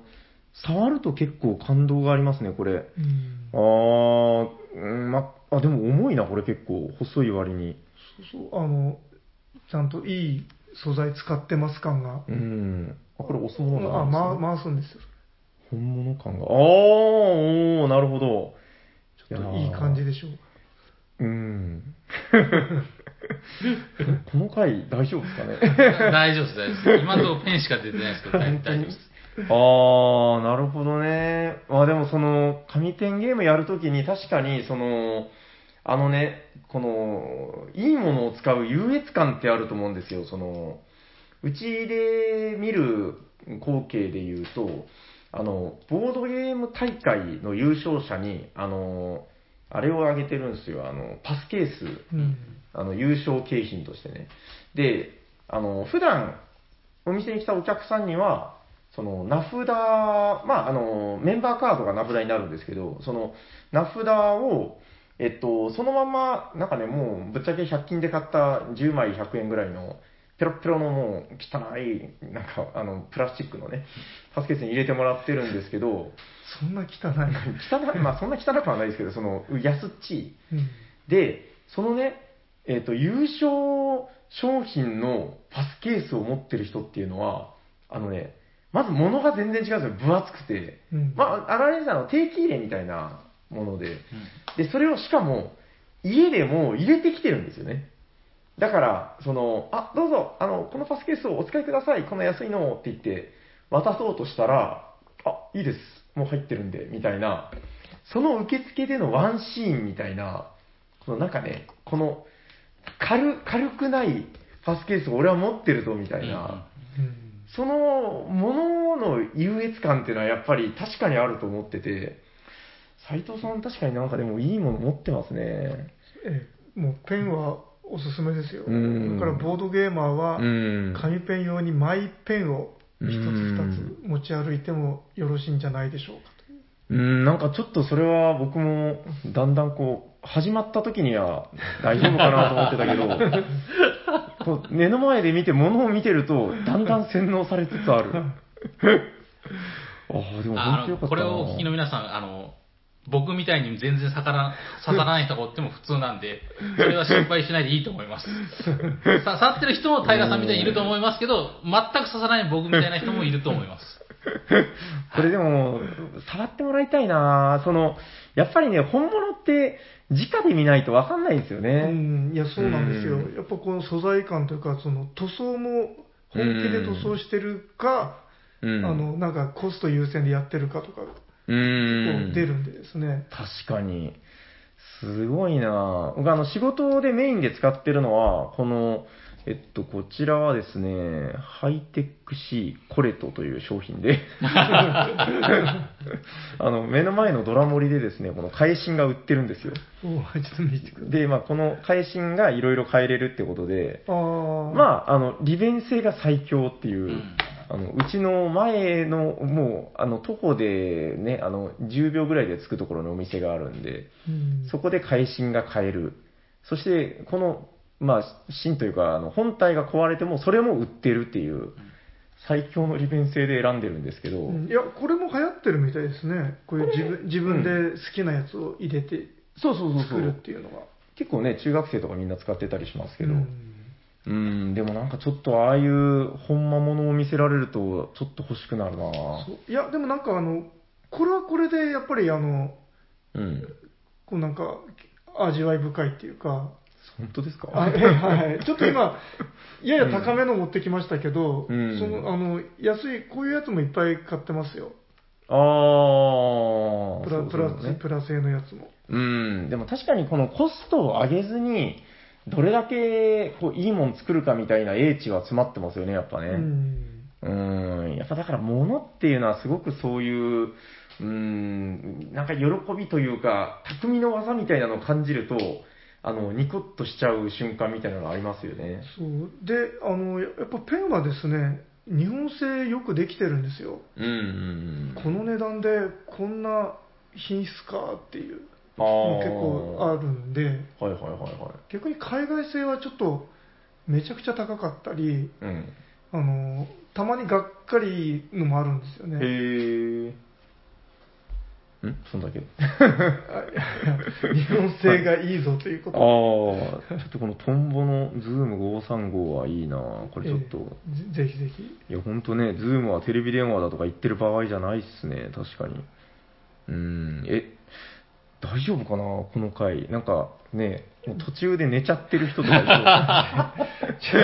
S3: 触ると結構感動がありますね、これ。
S2: うん
S3: あ。ー、うんま、あ、でも重いな、これ結構。細い割に。
S2: そうそう、あの、ちゃんといい素材使ってます感が。
S3: うん。あ、これ押す
S2: あ、
S3: ものだな。
S2: ま、回すんですよ。
S3: 本物感が。あー、おー、なるほど。
S2: ちょっといい感じでしょう。
S3: うん。 (laughs) この回大丈夫ですかね
S1: (laughs) 大丈夫です、大丈夫です。今のところペンしか出てないですけど、大大丈夫です。
S3: ああ、なるほどね。まあでもその、紙ペンゲームやるときに確かに、その、あのね、この、いいものを使う優越感ってあると思うんですよ。その、うちで見る光景で言うと、あの、ボードゲーム大会の優勝者に、あの、あれをあげてるんですよ。あの、パスケース。
S2: うん。
S3: あの優勝景品としてね。で、あの普段お店に来たお客さんには、その名札、まあ、あのメンバーカードが名札になるんですけど、その名札を、えっと、そのまま、なんかね、もうぶっちゃけ100均で買った10枚100円ぐらいの、ペロッペロのもう汚い、なんかあのプラスチックのね、パスケースに入れてもらってるんですけど、 (laughs)
S2: そんな汚い。
S3: 汚い、まあそんな汚くはないですけど、その安っちい。
S2: うん。
S3: で、そのね、えっ、と、優勝商品のパスケースを持ってる人っていうのは、あのね、まず物が全然違うんですよ。分厚くて。
S2: うん。
S3: まあ、あられさんの定期入れみたいなもので。で、それをしかも、家でも入れてきてるんですよね。だから、その、あ、どうぞ、あの、このパスケースをお使いください、この安いのをって言って、渡そうとしたら、あ、いいです、もう入ってるんで、みたいな、その受付でのワンシーンみたいな、このなんかね、この、軽、軽くないパスケースを俺は持ってるぞ、みたいな、
S2: うん
S3: そのものの優越感っていうのはやっぱり確かにあると思ってて、斉藤さん確かになんかでもいいもの持ってますね。
S2: ええもうペンはおすすめですよ。
S3: う
S2: だ
S3: ん
S2: からボードゲーマーは、
S3: ん
S2: 紙ペン用にマイペンを一つ
S3: うん
S2: 二つ持ち歩いてもよろしいんじゃないでしょうかという。
S3: うん、なんかちょっとそれは僕もだんだんこう、始まった時には大丈夫かなと思ってたけ (laughs) ど、こう目の前で見て、物を見てると、だんだん洗脳されつつあ (laughs) る。ああ、でも本
S1: あ
S3: 当
S1: の
S3: よかったな。
S1: これをお聞きの皆さん、あの、僕みたいに全然逆ら刺さらない人がおっても普通なんで、それは心配しないでいいと思
S3: (laughs)
S1: います。刺さってる人も平さんみたいにいると思いますけど、全く刺さらない僕みたいな人もいると思います。
S3: これでも、触ってもらいたいなその、やっぱりね、本物って、直で見ないとわかんないですよ
S2: う
S3: ね。
S2: ん、いや、そうなんですよ
S3: うん。
S2: やっぱこの素材感というか、その塗装も本気で塗装してるか、
S3: うん。
S2: あの、なんかコスト優先でやってるかとか、こ
S3: う。
S2: うん出るんでですね。
S3: 確かに。すごいな僕あの、仕事でメインで使ってるのは、この、えっと、こちらはですね、ハイテック C コレトという商品
S2: (laughs)
S3: で、あの、目の前のドラ盛りでですね、この返信が売ってるんですよ。
S2: おーちょっと見てください。
S3: で、まあ、この返信がいろいろ変えれるってことで、
S2: あー
S3: まあ、あの、利便性が最強っていう、
S1: うん
S3: あの、うちの前の、もう、あの、徒歩でね、あの、10秒ぐらいで着くところのお店があるんで、
S2: うん
S3: そこで返信が変える。そして、この、まあ、芯というか、あの本体が壊れても、それも売ってるっていう、最強の利便性で選んでるんですけど、
S2: うんいや、これも流行ってるみたいですね。こういう自分自分で好きなやつを入れて
S3: そうそうそうそ
S2: 作るっ
S3: う。
S2: ていうのが。
S3: 結構ね、中学生とかみんな使ってたりしますけ
S2: う
S3: ど、うん、
S2: ん
S3: でもなんかちょっとああいう本間ものを見せられると、ちょっと欲しくなるなぁ
S2: そういや、でもなんかあの、これはこれでやっぱりあの、
S3: うん。
S2: こうなんか味わい深いっていうか、
S3: 本当ですか
S2: あええはい (laughs) はい、ちょっと今、やや高めの持ってきましたけど、
S3: うん
S2: そのあの安い、こういうやつもいっぱい買ってますよ、
S3: ああ
S2: プラプラ
S3: ね
S2: プラ製のやつも。
S3: うん、でも確かにこのコストを上げずに、どれだけこういいもん作るかみたいな英知は詰まってますよね、やっぱ
S2: う
S3: ね。
S2: ん、
S3: うん、やっぱだから物っていうのはすごくそういう、うん、なんか喜びというか、匠の技みたいなのを感じると、あの、ニコッとしちゃう瞬間みたいなのありますよね。
S2: そうであの、ややっぱペンはですね、日本製よくできてるんですよ、
S3: うんうんうん。
S2: この値段でこんな品質かっていう、
S3: あー
S2: 結構あるんで、
S3: はいはいはいは
S2: 逆に海外製はちょっとめちゃくちゃ高かったり、
S3: い。うん。
S2: あのたまにがっかりのもあるんですよね。
S3: へえ。んそんだ
S2: (laughs)
S3: け
S2: あ日本製がいいぞという
S3: ああ
S2: こ
S3: ー、ちょっと
S2: と
S3: このトンボのズーム535はいいなこれちょっと、
S2: ええぜぜひぜひ
S3: いや、ほんとね、ズームはテレビ電話だとか言ってる場合じゃないっすね、確かに。うーん、え、大丈夫かなこの回。なんかね、もう途中で寝ちゃってる人とかい
S2: (laughs)
S3: そう。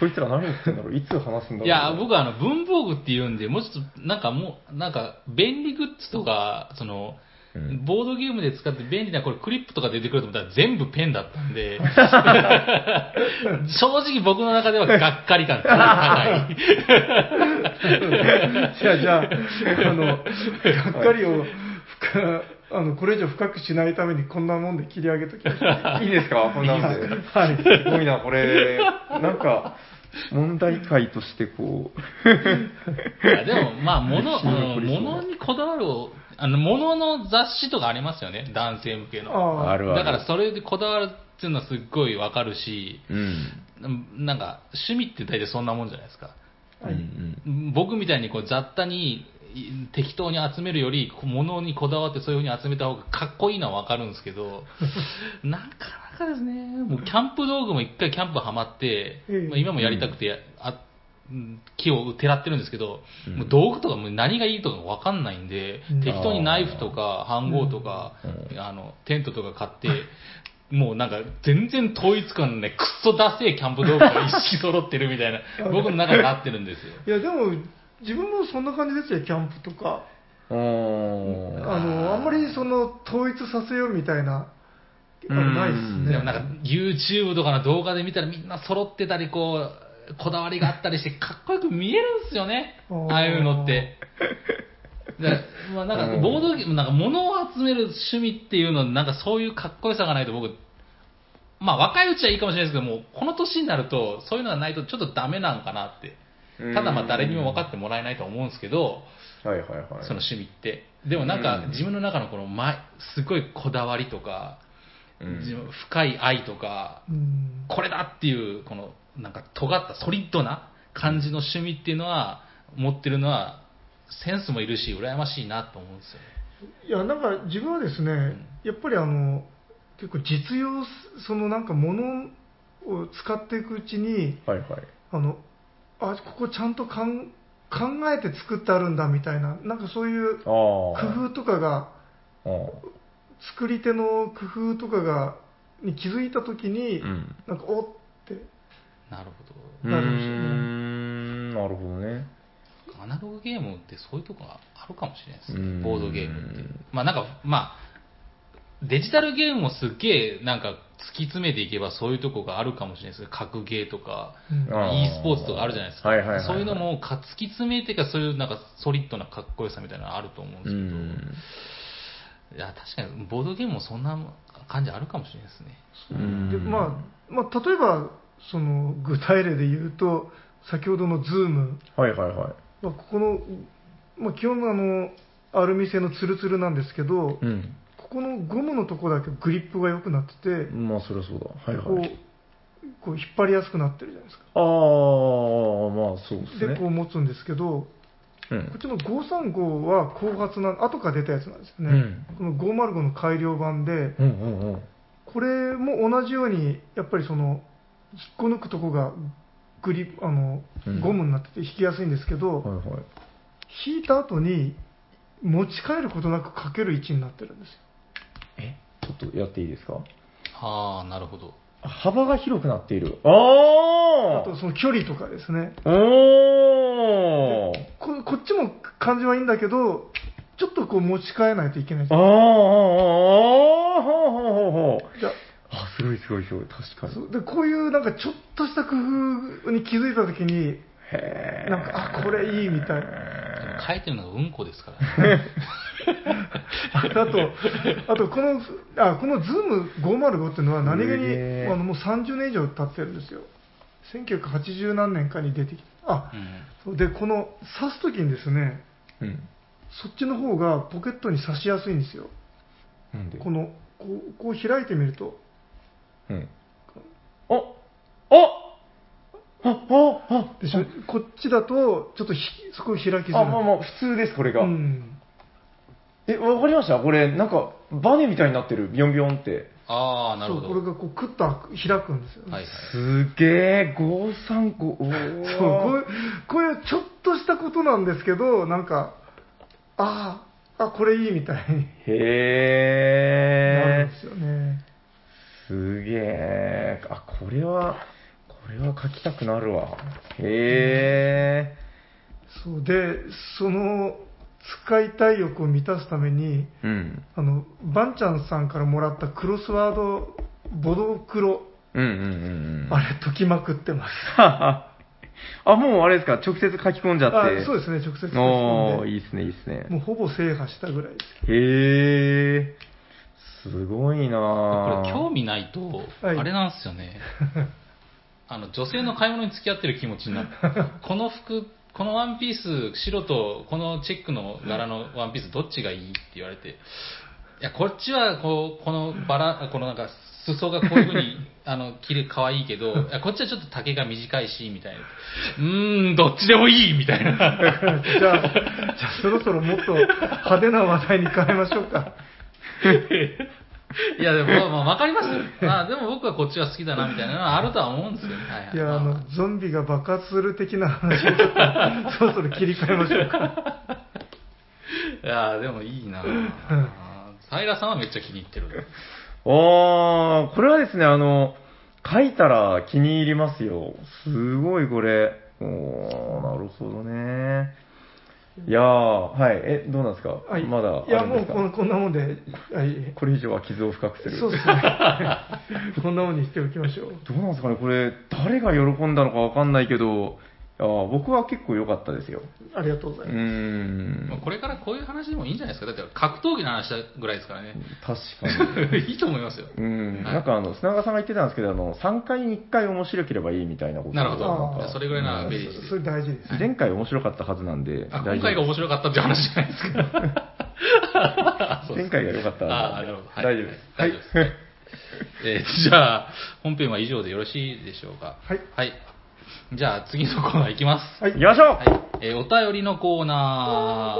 S3: こいつら何言ってんだろういつ話すんだろう
S1: い
S3: い
S1: や、僕はあの文房具っていうんで、もうちょっと、なんかもう、なんか便利グッズとか、その、 (laughs)
S3: うん
S1: ボードゲームで使って便利な、これクリップとか出てくると思ったら全部ペンだったん
S3: (laughs)
S1: で、正直僕の中ではがっかり感が高い。
S3: (laughs)
S2: じゃあじゃああのがっかりを深あのこれ以上深くしないためにこんなもんで切り上げときましょう
S3: (laughs) いいですかこんなので。
S2: はい
S3: すごいな、これ。なんか、問題解としてこう。
S1: いやでも、まあ、物、
S3: シンガポ
S1: うん
S3: リ (laughs) そう
S1: 物にこだわるを、あの、物の雑誌とかありますよね、男性向けの。
S2: ああ
S3: あるある。
S1: だからそれでこだわるっていうのはすっごいわかるし、
S3: うん。
S1: うんなんか、趣味って大体そんなもんじゃないですか。
S2: はい
S3: うん
S1: 僕みたいにこう雑多にい適当に集めるより、こう物にこだわってそういうふうに集めた方がかっこいいのはわかるんですけ
S2: (laughs)
S1: ど、なかなかですね、もうキャンプ道具も一回キャンプハマって、
S2: うん
S1: まあ、今もやりたくてやあうん木をてらってるんですけど、
S3: うん
S1: もう道具とかもう何がいいとかもわかんないんで、
S2: うん
S1: 適当にナイフとか、飯号とか、あの、テントとか買って、もうなんか全然統一感のね、くっそダセえキャンプ道具が一式揃ってるみ
S2: (laughs)
S1: たいな、僕の中になってるんですよ。
S2: いやでも自分もそんな感じですよキャンプとか
S3: うん。お
S2: あ
S3: ー
S2: のあんまりその統一させようみたいなあのないです
S3: うん
S2: ね
S1: でもなんか YouTube とかの動画で見たらみんな揃ってたりこうこだわりがあったりしてかっこよく見えるんですよね
S2: あー
S1: ああいうのって。だからまあ、なん
S3: うん
S1: かボードゲームなんか物を集める趣味っていうのなんかそういうかっこよさがないと僕まあ若いうちはいいかもしれないですけどもうこの年になるとそういうのがないとちょっとダメなんかなってただまあ誰にも分かってもらえないと思うんですけど、
S3: はいはいはい。
S1: その趣味って。でもなん
S3: う
S1: か
S3: ん
S1: 自分の中のこの前、すごいこだわりとか、
S3: うん
S1: 自分深い愛とか、
S2: うん
S1: これだっていう、このなんか尖ったソリッドな感じの趣味っていうのは、持ってるのは、センスもいるし、羨ましいなと思うんですよね。
S2: いやなんか自分はですね、
S1: ん
S2: やっぱりあの結構実用そのなんか物を使っていくうちに
S3: はいはい。
S2: あのあここちゃんとかん考えて作ってあるんだみたいななんかそうい
S3: あ
S2: う
S3: あ。
S2: 工夫とかが作り手の工夫とかがに気づいた時に、
S3: うん。
S2: なんかおって
S1: なるほ
S3: うー
S2: なるほど
S3: ん。なるほどね。
S1: ど。アナログゲームってそういうとこがあるかもしれないですね
S3: うん。
S1: ボードゲームって。まあなんか、まあ、デジタルゲームもすっげえなんか突き詰めていけばそういうとこがあるかもしれないですけど、格ゲーとか、
S2: うん
S3: あー
S1: e スポーツとかあるじゃないですか、
S3: はいはいはいはい
S1: そういうのもか突き詰めてか、そういうなんかソリッドなかっこよさみたいなのあると思うんで
S3: う
S1: すけど、
S3: ん。
S1: いや確かにボードゲームもそんな感じあるかもしれないですね。
S3: うん
S2: でまあ、まあ例えばその具体例で言うと先ほどのズーム
S3: はいはいはい。
S2: まあ、ここの、まあ、基本あのアルミ製のツルツルなんですけど、
S3: うん。
S2: ここのゴムのとこだけグリップが良くなってて、
S3: まあそりゃそうだ。はい
S2: こう
S3: はい。
S2: こう引っ張りやすくなってるじゃないですか
S3: ああ、まあそうです
S2: で
S3: ね。
S2: こう持つんですけ
S3: う
S2: どこっ
S3: ん。
S2: ちの535は後発な後から出たやつなんですよね、この505の改良版で
S3: うんうんうん。
S2: これも同じようにやっぱりその引っこ抜くとこがグリップあの
S3: うん
S2: ゴムになってて引きやすいんですけど、
S3: はいはい。
S2: 引いた後に持ち帰ることなくかける位置になってるんですよ
S3: え、ちょっとやっていいですか
S1: ああ、なるほど。
S3: は幅が広くなっている。あ
S2: あとその距離とかですね。
S3: あおー
S2: ここっちも感じはいいんだけど、ちょっとこう持ち替えないといけない。
S3: あーあーあーあーあーあー
S2: じゃあ
S3: あ、すごいすごいすごい、確か
S2: そ
S3: に。
S2: うでこういうなんかちょっとした工夫に気づいたときに、
S3: へ
S2: なんか、あ、これいいみたいな。
S1: 書いてるのがうんこですから、ね、
S2: あと、あとこの、あこの Zoom505 っていうのは何気
S3: すげ
S2: に
S3: え
S2: あのもう30年以上経ってるんですよ。1980何年かに出てきた。あ、
S1: うん
S2: そうで、この刺すときにですね、
S3: うん。
S2: そっちの方がポケットに刺しやすいんですよ。
S3: なんで
S2: この、こうこう開いてみると、
S3: うん。あああああ
S2: でしょこっちだと、ちょっとひそこを開きづらい。
S3: あ、まあまあ、普通です、これが。
S2: うん。
S3: え、わかりましたこれ、なんか、バネみたいになってる、ビヨンビヨンって。
S1: ああなるほど
S2: そう、これがこう、クッと開くんですよね。
S1: はいはい
S3: すげえ、535、おー
S2: そうこういうこういうちょっとしたことなんですけど、なんか、あーあ、これいいみたいになる
S3: へえ
S2: んで、すよね。
S3: すげえ、あ、これは、これは書きたくなるわ。へえ、
S2: そうで、その使いたい欲を満たすために、
S3: うん、
S2: あのバンちゃんさんからもらったクロスワード、ボドクロ、
S3: うん、うん、うんうん。
S2: あれ、解きまくってます。
S3: (laughs) あ、もうあれですか、直接書き込んじゃ
S2: あ
S3: って。
S2: そうですね、直接書き込ん
S3: おー
S2: で
S3: いいっすね、いいっすね。
S2: もうほぼ制覇したぐらいです。
S3: へえ、すごいな
S1: こ
S3: ぁ
S1: れ興味ないと、
S2: はい
S1: あれなんですよ
S2: (laughs)
S1: ねあの女性の買い物に付き合ってる気持ちになるこの服このワンピース白とこのチェックの柄のワンピースどっちがいいって言われていやこっちはこうこのバラこのなんか裾がこういうふう
S2: (laughs)
S1: にあの着る可愛いけどいやこっちはちょっと丈が短いしみたいなうーんどっちでもいいみたいな
S2: (laughs) じゃあ、じゃあそろそろもっと派手な話題に変えましょうか。
S1: いやでも、まあ、分かりますよ、まあ、でも僕はこっちは好きだなみたいなのはあるとは思うんですけどね、はいはい
S2: いや、あ
S1: ま
S2: の、ゾンビが爆発する的な話をちょっ
S3: (laughs)
S2: と、そろそろ切り替えましょうか。
S1: いやーでもいいなあ平さんはめっちゃ気に入ってる。
S3: あー、これはですね、あの、書いたら気に入りますよ。すごいこれ。おー、なるほどね。いやー、はい。え、どうなんですか、
S2: はい。
S3: まだあ
S2: いや、
S3: るんで
S2: も
S3: す
S2: う
S3: か
S2: こんこんなもんで、はい。
S3: これ以上は傷を深くする。
S2: そうですね。こんなもんにしておきましょう。
S3: どうなんですかねこれ、誰が喜んだのかわかんないけど、あー僕は結構良かったですよ。
S2: ありがとうご
S3: う
S2: ざ
S3: ー
S2: います。
S3: ん
S1: まあ。これからこういう話でもいいんじゃないですか。だって格闘技の話だぐらいですからね。
S3: 確かに。
S1: いいと思いますよ。
S3: (laughs) うん、なんかあの、砂川さんが言ってたんですけど、あの、3回に1回面白ければいいみたいなことを
S1: なるほ
S2: あー
S1: ど。じゃあそれぐらい
S3: うん
S1: のベリー
S2: そそれ大事です。
S3: 前回面白かったはずなんで、
S1: あ、
S3: 大
S1: 今
S3: 丈夫
S1: 回が面白かったっていう話じゃないですか。そうで
S3: (laughs) 前
S1: す
S3: 回が良かった
S1: あーなるほど。はい
S3: 大丈夫です。
S1: 大丈夫です。えーじゃあ、本編は以上でよろしいでしょうか。
S2: はい。
S1: はい。じゃあ、次のコーナーいきます。
S2: はい。
S3: 行きましょう、
S1: はい、えーお便りのコーナ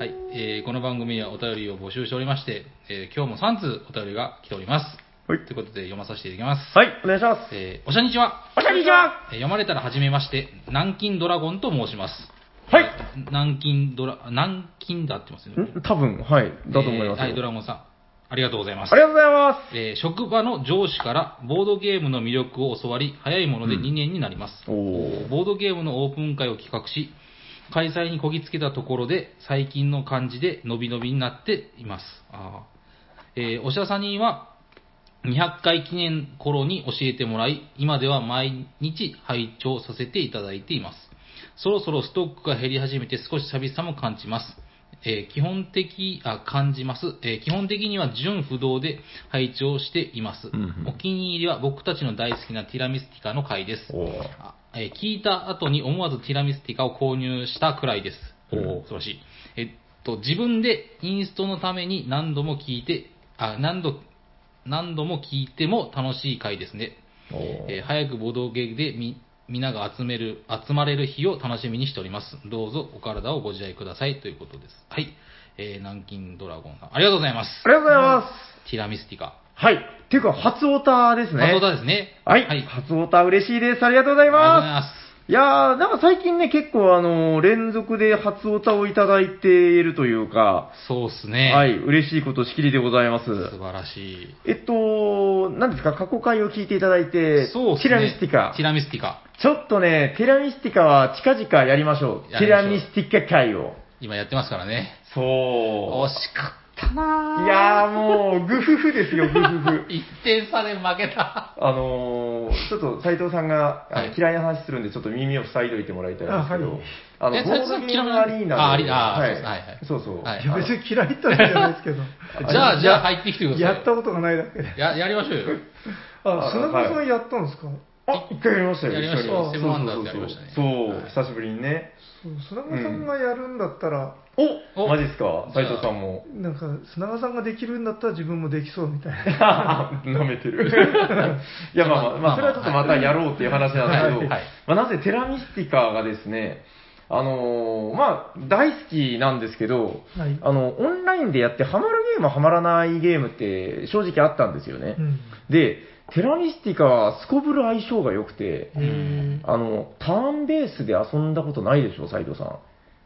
S1: ー。はい、えーこの番組はお便りを募集しておりまして、えー今日も3通お便りが来ております。
S3: はい
S1: ということで読まさせていただきます。
S3: はい、お願いします。
S1: えーおしゃにちは、
S3: おしゃにちは
S1: えー読まれたらはじめまして、南京ドラゴンと申します。
S3: はい
S1: 南京ドラ、南京だってますね。
S3: ん多分、はい、だと思います
S1: えーは
S3: よ。
S1: い、ドラゴンさん、ありがとうございます
S3: あり。がとうございま
S1: えー職場の上司からボードゲームの魅力を教わり、早いもので2年になります。
S3: す。おー。
S1: ボードゲームのオープン会を企画し、開催にこぎつけたところで、最近の感じで伸び伸びになっています。あーえーおしゃさには、200回記念頃に教えてもらい、今では毎日拝聴させていただいています。そろそろストックが減り始めて少し寂しさも感じます。えー基本的、あ、感じます。えー基本的には純不動で拝聴しています。
S3: うんうん
S1: お気に入りは僕たちの大好きなティラミスティカの回です。
S3: おー。
S1: あえー聞いた後に思わずティラミスティカを購入したくらいです。お
S3: うん
S1: お、素晴らしい。えっと、自分でインストのために何度も聞いて、あ、何度、何度も聞いても楽しい回ですね。
S3: おー
S1: えー早くボドゲでみ、皆が集める、集まれる日を楽しみにしております。どうぞお体をご自愛くださいということです。はい。えー南京ドラゴンさん、ありがとうございます。
S3: ありがとうございます。
S1: ティラミスティカ。
S3: はい。っていうか、初オタですね。
S1: 松尾田ですね。
S3: はい。
S1: はい。ありがとう
S3: 初オタ嬉しいです。ありがとうござい
S1: ござい
S3: ま
S1: ます。
S3: いやー、なんか最近ね、結構あの、連続で初オタをいただいているというか、
S1: そうですね。
S3: はい、嬉しいことしきりでございます。
S1: 素晴らしい。
S3: えっと、何ですか、過去回を聞いていただいて、
S1: そうですね。
S3: ティラミスティカ
S1: テ。ィラミスティカ。
S3: ちょっとね、ティラミスティカは近々やりましょう。
S1: や
S3: テ
S1: りま
S3: ィラ
S1: しょう
S3: ミスティカ会を。
S1: 今やってますからね。
S3: そ
S1: 惜しかったなぁ
S3: いやーもう、グフフですよ、グフ
S1: (laughs)
S3: フ。
S1: 一点差で負けた。
S3: あのー、ちょっと斉藤さんが、あの
S1: はい
S3: 嫌いな話するんで、ちょっと耳を塞いでおいてもらいたいんですけど、あ,、
S1: え
S3: の、ボードゲームアリーナで
S1: あアリーナあ
S3: はい
S1: そうですはいはい
S3: そうそう。
S1: はい
S2: いや別に嫌いってわけじゃないですけど。
S1: じゃあ、じゃあ入ってきてください。
S2: やったことがないだけで。
S1: ややりましょうよ。
S2: あ、
S3: あ
S2: 砂
S3: は
S2: 川
S3: い
S2: さんやったんですか、
S3: あ、一回やりましたよ、
S1: やりました
S3: 一
S2: よ
S3: 緒に
S1: セブンアンダーズやりましたね
S3: そうそう
S1: は
S3: そう
S1: い
S3: そう、久しぶりにね。
S2: そう砂川さんがやるんだったら、
S3: お
S1: お
S3: マジっすか
S1: じゃ
S3: 斉
S1: あ
S3: 藤さんも。
S2: なんか砂川さんができるんだったら自分もできそうみたいな。
S3: (laughs) 舐めてる。いや、まあまあ、まあ、それはちょっとまたやろうっていう話なんですけど、
S1: はい
S3: まあ、なぜテラミスティカがですね、あのーまあ、大好きなんですけど、
S2: はい。
S3: あの、オンラインでやってハマるゲーム、ハマらないゲームって正直あったんですよね
S2: う。ん。
S3: で、テラミスティカはすこぶる相性が良くて、
S2: へ
S3: あの、ターンベースで遊んだことないでしょ、斉藤さん。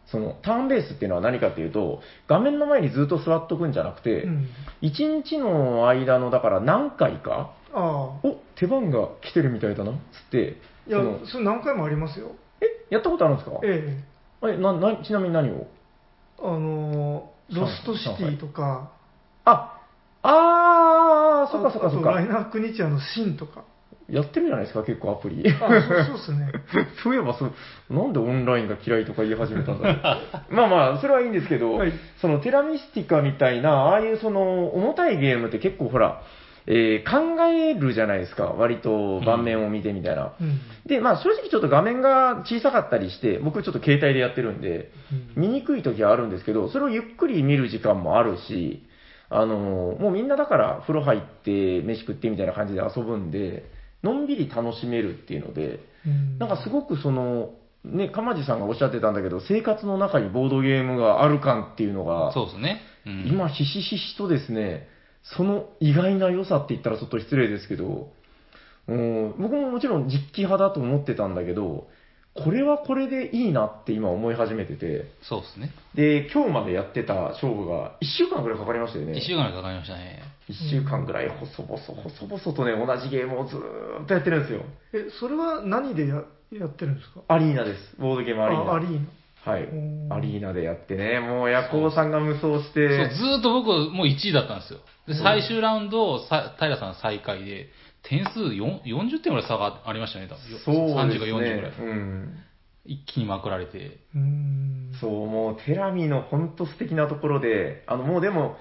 S3: その、ターンベースっていうのは何かっていうと、画面の前にずっと座っとくんじゃなくて、
S2: ーうん。
S3: 一日の間のだから何回か、
S2: ああ。
S3: お手番が来てるみたいだなっつって、
S2: いや
S3: その、
S2: それ何回もありますよ。
S3: え、やったことあるんですか
S2: ええ。
S3: えななちなみに何を
S2: あのー、ロストシティとか、
S3: ああー、そっかそっか
S2: あ
S3: そっ
S2: と
S3: か
S2: ラ。イナー・クニチアのシンとか。
S3: やってるじゃないですか、結構アプリ。
S2: あ、そうそうですね。
S3: (laughs) そういえばそう、なんでオンラインが嫌いとか言い始めたんだろ
S2: (laughs)
S3: う。まあまあ、それはいいんですけど、
S2: はい
S3: そのテラミスティカみたいな、ああいうその重たいゲームって結構ほら、えー考えるじゃないですか、割と盤面を見てみたいな。
S2: うん。
S3: で、まあ正直ちょっと画面が小さかったりして、僕ちょっと携帯でやってるんで、
S2: うん
S3: 見にくい時はあるんですけど、それをゆっくり見る時間もあるし、あのーもうみんなだから風呂入って飯食ってみたいな感じで遊ぶんで、のんびり楽しめるっていうので、
S2: うん
S3: なんかすごくその、ね、鎌地さんがおっしゃってたんだけど、生活の中にボードゲームがある感っていうのが、
S1: そうですね。うん、
S3: 今ひしひしとですね、その意外な良さって言ったらちょっと失礼ですけど、うん、僕ももちろん実機派だと思ってたんだけど、これはこれでいいなって今思い始めてて、
S1: そうですね。
S3: で、今日までやってた勝負が1週間ぐらいかかりましたよね。
S1: 一週間かかりましたね。
S3: 1週間ぐらい細々細々とね、同じゲームをずーっとやってるんですよ。
S2: え、それは何でややってるんですか
S3: アリーナです。ボードゲームアリーナ。
S2: あアリーナ。
S3: はい
S2: お。ー
S3: アリーナでやってね、もう夜行さんが無双して、
S1: そうずーっと僕、もう1位だったんですよ。で最終ラウンド、さ平さん最下位で、点数4 40点ぐらい差がありましたね、多分30か40ぐらい。
S3: うん。
S1: 一気にまくられて。
S2: うーん。
S3: そう、もうテラミの本当素敵なところで、あの、もうでも、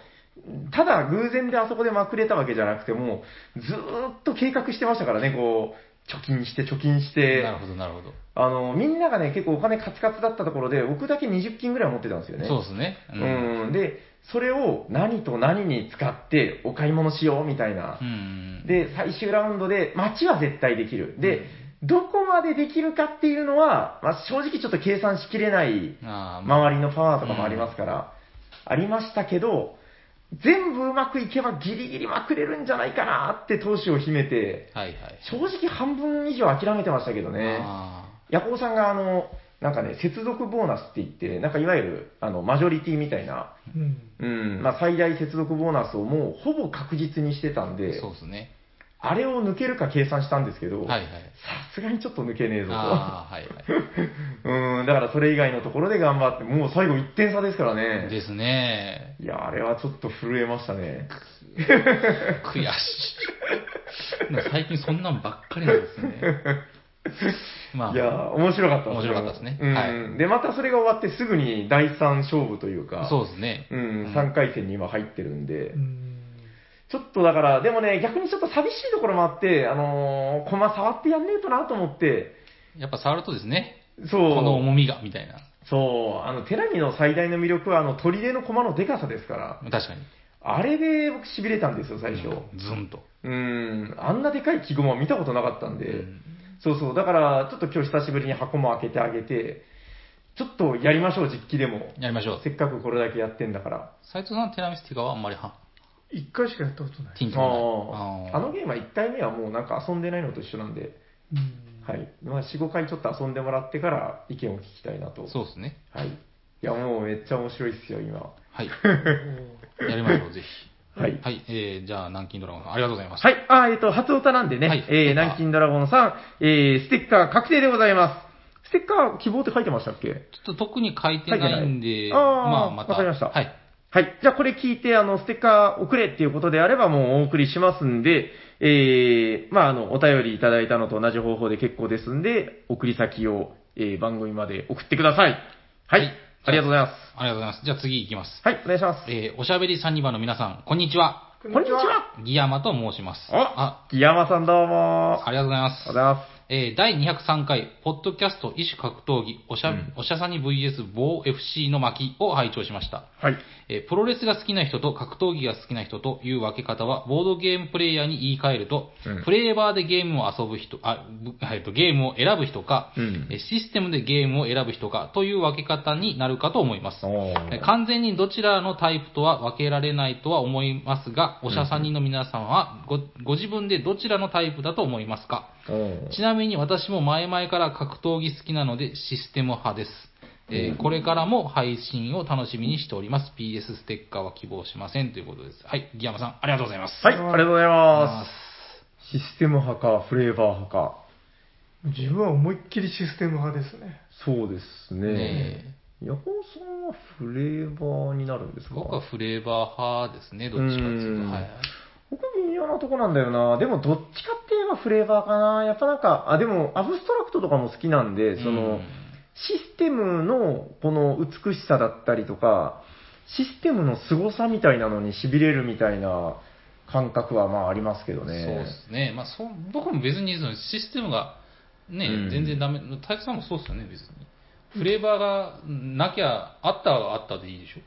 S3: ただ偶然であそこでまくれたわけじゃなくて、もうずーっと計画してましたからね、こう、貯金して貯金して
S1: な、るほど、なるほど。
S3: あの、みんながね、結構お金カツカツだったところで、僕だけ20金ぐらい持ってたんですよね。
S1: そうですね。
S3: う、
S1: うんん。
S3: で、それを何と何に使ってお買い物しようみたいな。
S1: うん、
S3: で、最終ラウンドで、待ちは絶対できる。で、どこまでできるかっていうのは、まあ、正直ちょっと計算しきれない
S1: あーまあ、
S3: 周りのパワーとかもありますから、ありましたけど、全部うまくいけばギリギリまくれるんじゃないかなって投資を秘めて、
S1: はいはい。
S3: 正直半分以上諦めてましたけどね。
S1: あ
S3: ヤコウさんがあの、なんかね、接続ボーナスって言って、なんかいわゆる、あの、マジョリティみたいな、
S2: うん。
S3: うん、まあ、最大接続ボーナスをもうほぼ確実にしてたん
S1: ー
S3: で、
S1: そうですね。
S3: あれを抜けるか計算したんですけど、
S1: はいはい。
S3: さすがにちょっと抜けねえぞ
S1: ああ、はいは
S3: と。うん、だからそれ以外のところで頑張って、もう最後1点差ですから (laughs)
S1: い。
S3: ね。
S1: ですね。
S3: いや、あれはちょっと震えましたね。
S1: 悔しい。なんか最近そんなんばっかりなんですね。まあ、
S3: いや、面白かった
S1: 面白かったですね
S3: うん、
S1: は
S3: で、またそれが終わってすぐに第3勝負というか、
S1: そうですね。
S3: うん、3回戦に今入ってるんで、
S2: うん。
S3: ちょっとだから、でもね、逆にちょっと寂しいところもあって、あのー、駒触ってやんねえとなと思って、
S1: やっぱ触るとですね、
S3: そう、
S1: この重みが、みたいな。
S3: そう、あの、テラミの最大の魅力は、あの、砦の駒のデカさですから、
S1: 確かに。
S3: あれで僕痺れたんですよ、最初。
S1: ズンと。
S3: うん、あんなでかい木駒見たことなかったんで、
S1: うん
S3: そうそう、だから、ちょっと今日久しぶりに箱も開けてあげて、ちょっとやりましょう、実機でも。
S1: やりましょう。
S3: せっかくこれだけやってんだから。
S1: 斎藤さん、テラミスティカはあんまりは、
S2: 一回しかやったことない。
S1: ティン
S3: あ
S1: と
S3: あ
S1: あ
S3: あのゲームは1回目はもうなんか遊んでないのと一緒なんで、
S2: うん
S3: はい。まあ、4、5回ちょっと遊んでもらってから意見を聞きたいなと。
S1: そうですね。
S3: はい。いや、もうめっちゃ面白いっすよ、今。
S1: はい。やりましょう、ぜ
S3: (laughs)
S1: ひ。
S3: はい。
S1: はい、えー、じゃあ、南京ドラゴンさん、ありがとうございました。
S3: はい。あ、えっ、と、初歌なんでね、
S1: はい
S3: えー、南京ドラゴンさん、えー、ステッカー確定でございます。ステッカー希望って書いてましたっけ
S1: ちょっと特に書いてないんで、
S3: 書いてないあー
S1: まあ、また。
S3: わかりました
S1: はい。
S3: はい。じゃあこれ聞いて、あの、ステッカー送れっていうことであればもうお送りしますんで、えー、まあ、あの、お便りいただいたのと同じ方法で結構ですんで、送り先を、えー、番組まで送ってください。はい。
S1: はい
S3: ありがとうございます。
S1: ありがとうございます。じゃあ、次行きます。
S3: はい、お願いします。
S1: えー、おしゃべりサニバの皆さん、こんにちは。
S2: こ
S3: こんにちは。
S1: ギヤマと申します。
S3: あ、木山さんどうも。
S1: ありがとうございま
S3: ありが
S1: す
S3: とうご。ざいます。
S1: えー第203回、ポッドキャスト異種格闘技、おしゃ,、おしゃさに VS 棒 FC の巻を拝聴しました。
S3: はい。
S1: えープロレスが好きな人と格闘技が好きな人という分け方は、ボードゲームプレイヤーに言い換えると、
S3: うん
S1: プレイバーでゲームを遊ぶ人、あ、ぶ (laughs) えっと、ゲームを選ぶ人か、
S3: うん
S1: えーシステムでゲームを選ぶ人かという分け方になるかと思います。
S3: お
S1: え
S3: ー
S1: ー完全にどちらのタイプとは分けられないとは思いますが、おしゃさにの皆さんはごご自分でどちらのタイプだと思いますか
S3: おー
S1: ちなみに私も前々から格闘技好きなのでシステム派です。えーこれからも配信を楽しみにしております。PS ステッカーは希望しませんということです。はい、ギヤマさん、ありがとうございます。
S3: はい、ありがとうござい
S1: あ
S3: ま
S1: ー
S3: す。システム派か、フレーバー派か。
S2: 自分は思いっきりシステム派ですね。
S3: そうですね
S1: ね。
S3: ヤホーさんはフレーバーになるんですか
S1: 僕はフレーバー派ですね、どっちかっていう
S3: うん
S1: と。はい、
S3: 僕微妙なとこなんだよな。でもどっちかって言えばフレーバーかな。やっぱなんか、あ、でもアブストラクトとかも好きなんで、その、
S1: うん
S3: システムのこの美しさだったりとか、システムの凄さみたいなのに痺れるみたいな感覚はまあありますけど
S1: そう
S3: ね。
S1: ですね。まあそう、僕も別にそのシステムがね、
S3: うん
S1: 全然ダメ。タイプさんもそうですよね、別に。フレーバーがなきゃ、あったはあったでいいでしょ。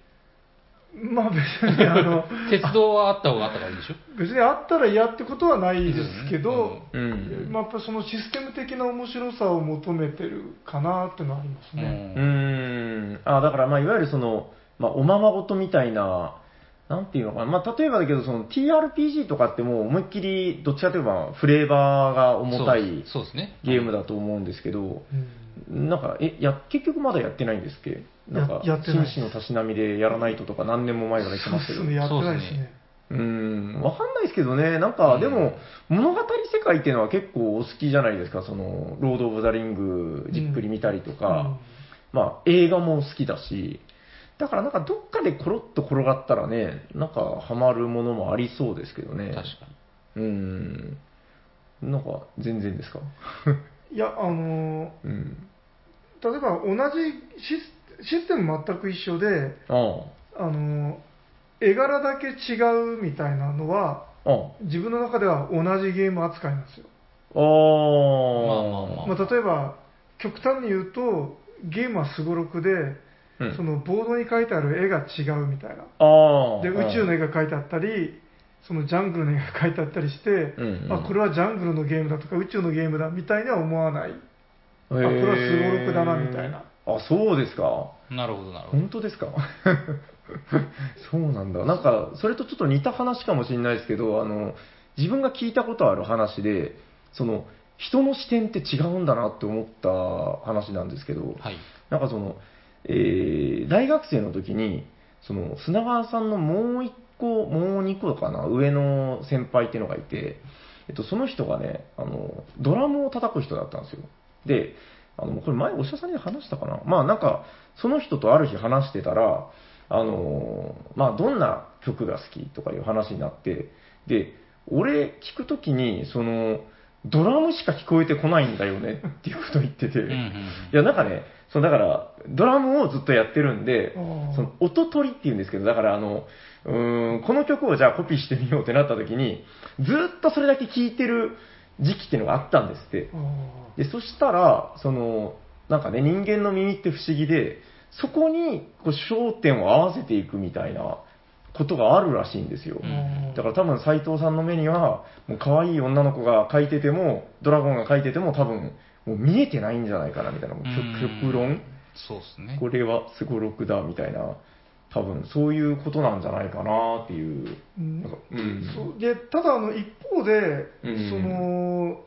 S2: まあ別に、あの、
S1: 鉄道はあった方があったからいいでしょ。
S2: 別にあったら嫌ってことは (laughs) ないですけど、
S3: うん。
S2: まあやっぱそのシステム的な面白さを求めてるかなってのはあります
S1: う
S2: ね。
S1: ん
S3: うーん。あ、だから、まあ、いわゆるその、まあ、おままごとみたいな、なんていうのかな。まあ、例えばだけど、その TRPG とかってもう思いっきり、どっちかといえばフレーバーが重たい
S1: そうそうですね。
S3: ゲームだと思うんですけど、
S2: うん
S3: なんか、え、や、結局まだやってないんですっけなんか、
S2: ややってないです
S3: 紳士のたしなみでやらないととか何年も前から言ってますけど。
S2: そううやってないで
S1: そうですすね
S2: ね。
S3: ーん、わかんないですけどね。なんか、でも、物語世界っていうのは結構お好きじゃないですか。その、ロード・オブ・ザ・リングじっくり見たりとか。まあ、映画も好きだし、だからなんかどっかでコロッと転がったらね、なんかハマるものもありそうですけどね。
S1: 確かに。
S3: に。うん。なんか全然ですか。
S2: うんいや、あの
S3: うん。
S2: ー、例えば同じシスシステム全く一緒で、
S3: ああ。
S2: あのー、絵柄だけ違うみたいなのは、
S3: ああ。
S2: 自分の中では同じゲーム扱いなんですよ。
S3: ああ。
S1: まあまあま
S2: まあ、例えば、極端に言うと、ゲームはすごろくで、
S3: うん
S2: そのボードに書いてある絵が違うみたいな。
S3: ああ。
S2: で、宇宙の
S3: ね。
S2: 絵が書いてあったり、そのジャングルの絵が書いてあったりして、
S3: うんうん
S2: あ、これはジャングルのゲームだとか宇宙のゲームだみたいには思わない。
S3: あ、
S2: あこれはすごろくだなみたいな。
S3: あ、そうですか。
S1: なるほど、なるほど。
S3: 本当ですか (laughs) そうなんだ。なんか、それとちょっと似た話かもしれないですけど、あの、自分が聞いたことある話で、その、人の視点って違うんだなって思った話なんですけど、
S1: はい。
S3: なんかその、えー大学生の時に、その、砂川さんのもう一個、もう二個かな、上の先輩っていうのがいて、えっと、その人がね、あの、ドラムを叩く人だったんですよ。で、あの、これ前、お医者さんに話したかなまあなんか、その人とある日話してたら、あの、まあどんな曲が好きとかいう話になって、で、俺聞くときに、その、ドラムしか聞こえてこないんだよねっていうことを言ってて、
S1: うんうん
S3: いや、なんかね、そのだから、ドラムをずっとやってるんで、
S2: あー
S3: その音取りっていうんですけど、だからあの、うーん、この曲をじゃあコピーしてみようってなった時に、ずっとそれだけ聴いてる時期っていうのがあったんですって。
S2: あ
S3: で、そしたら、その、なんかね、人間の耳って不思議で、そこにこう焦点を合わせていくみたいなことがあるらしいんですよ。
S1: う
S2: ー
S1: ん
S3: だから多分斉藤さんの目には、もう可愛い女の子が描いてても、ドラゴンが描いてても多分、もう見えてないんじゃないかなみたいな、もう極
S1: うん
S3: 極論、
S1: そうですね。
S3: これはすごろくだみたいな、多分そういうことなんじゃないかなっていう。
S2: うん
S3: なんかうん
S2: そうでただあの一方で、
S3: うん
S2: その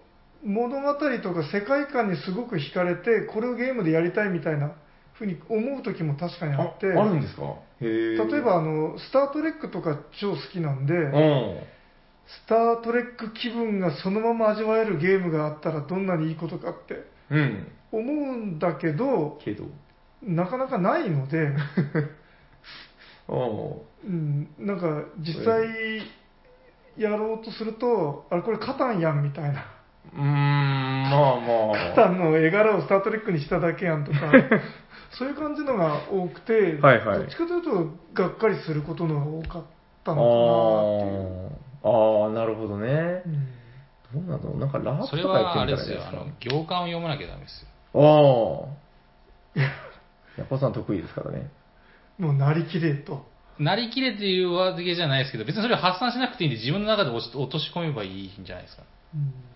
S2: 物語とか世界観にすごく惹かれてこれをゲームでやりたいみたいなふうに思う時も確かにあって
S3: ああるんですかへー
S2: 例えばあの「スター・トレック」とか超好きなんで、
S3: うん
S2: スター・トレック気分がそのまま味わえるゲームがあったらどんなにいいことかって
S3: うん
S2: 思うんだけど
S3: けど
S2: なかなかない
S3: (laughs)
S2: ので、
S3: お
S2: うん、なんか実際やろうとするとあれこれカタンやんみたいな
S3: うーんまあまあ
S2: カタンの絵柄をスター・トレックにしただけやん
S3: (laughs)
S2: とかそういう感じのが多くて
S3: はいはい
S2: どっちかというとがっかりすることの方が多かった
S3: あ
S2: のかなっていう。
S3: あーあーなるほどね
S2: うん
S3: どうなのなんかラー
S1: そ
S3: プ
S1: れ
S3: とかや
S1: はあ
S3: って
S1: れ
S3: み
S1: です
S3: たらいいで
S1: よ
S3: す
S1: あ
S3: か
S1: の行間を読まなきゃダメですよ
S3: ああヤコさん得意ですからね
S2: もうなりきれと。
S1: なりきれっていうワードゲーじゃないですけど別にそれを発散しなくていいんで自分の中で落ち落とし込めばいいんじゃないですか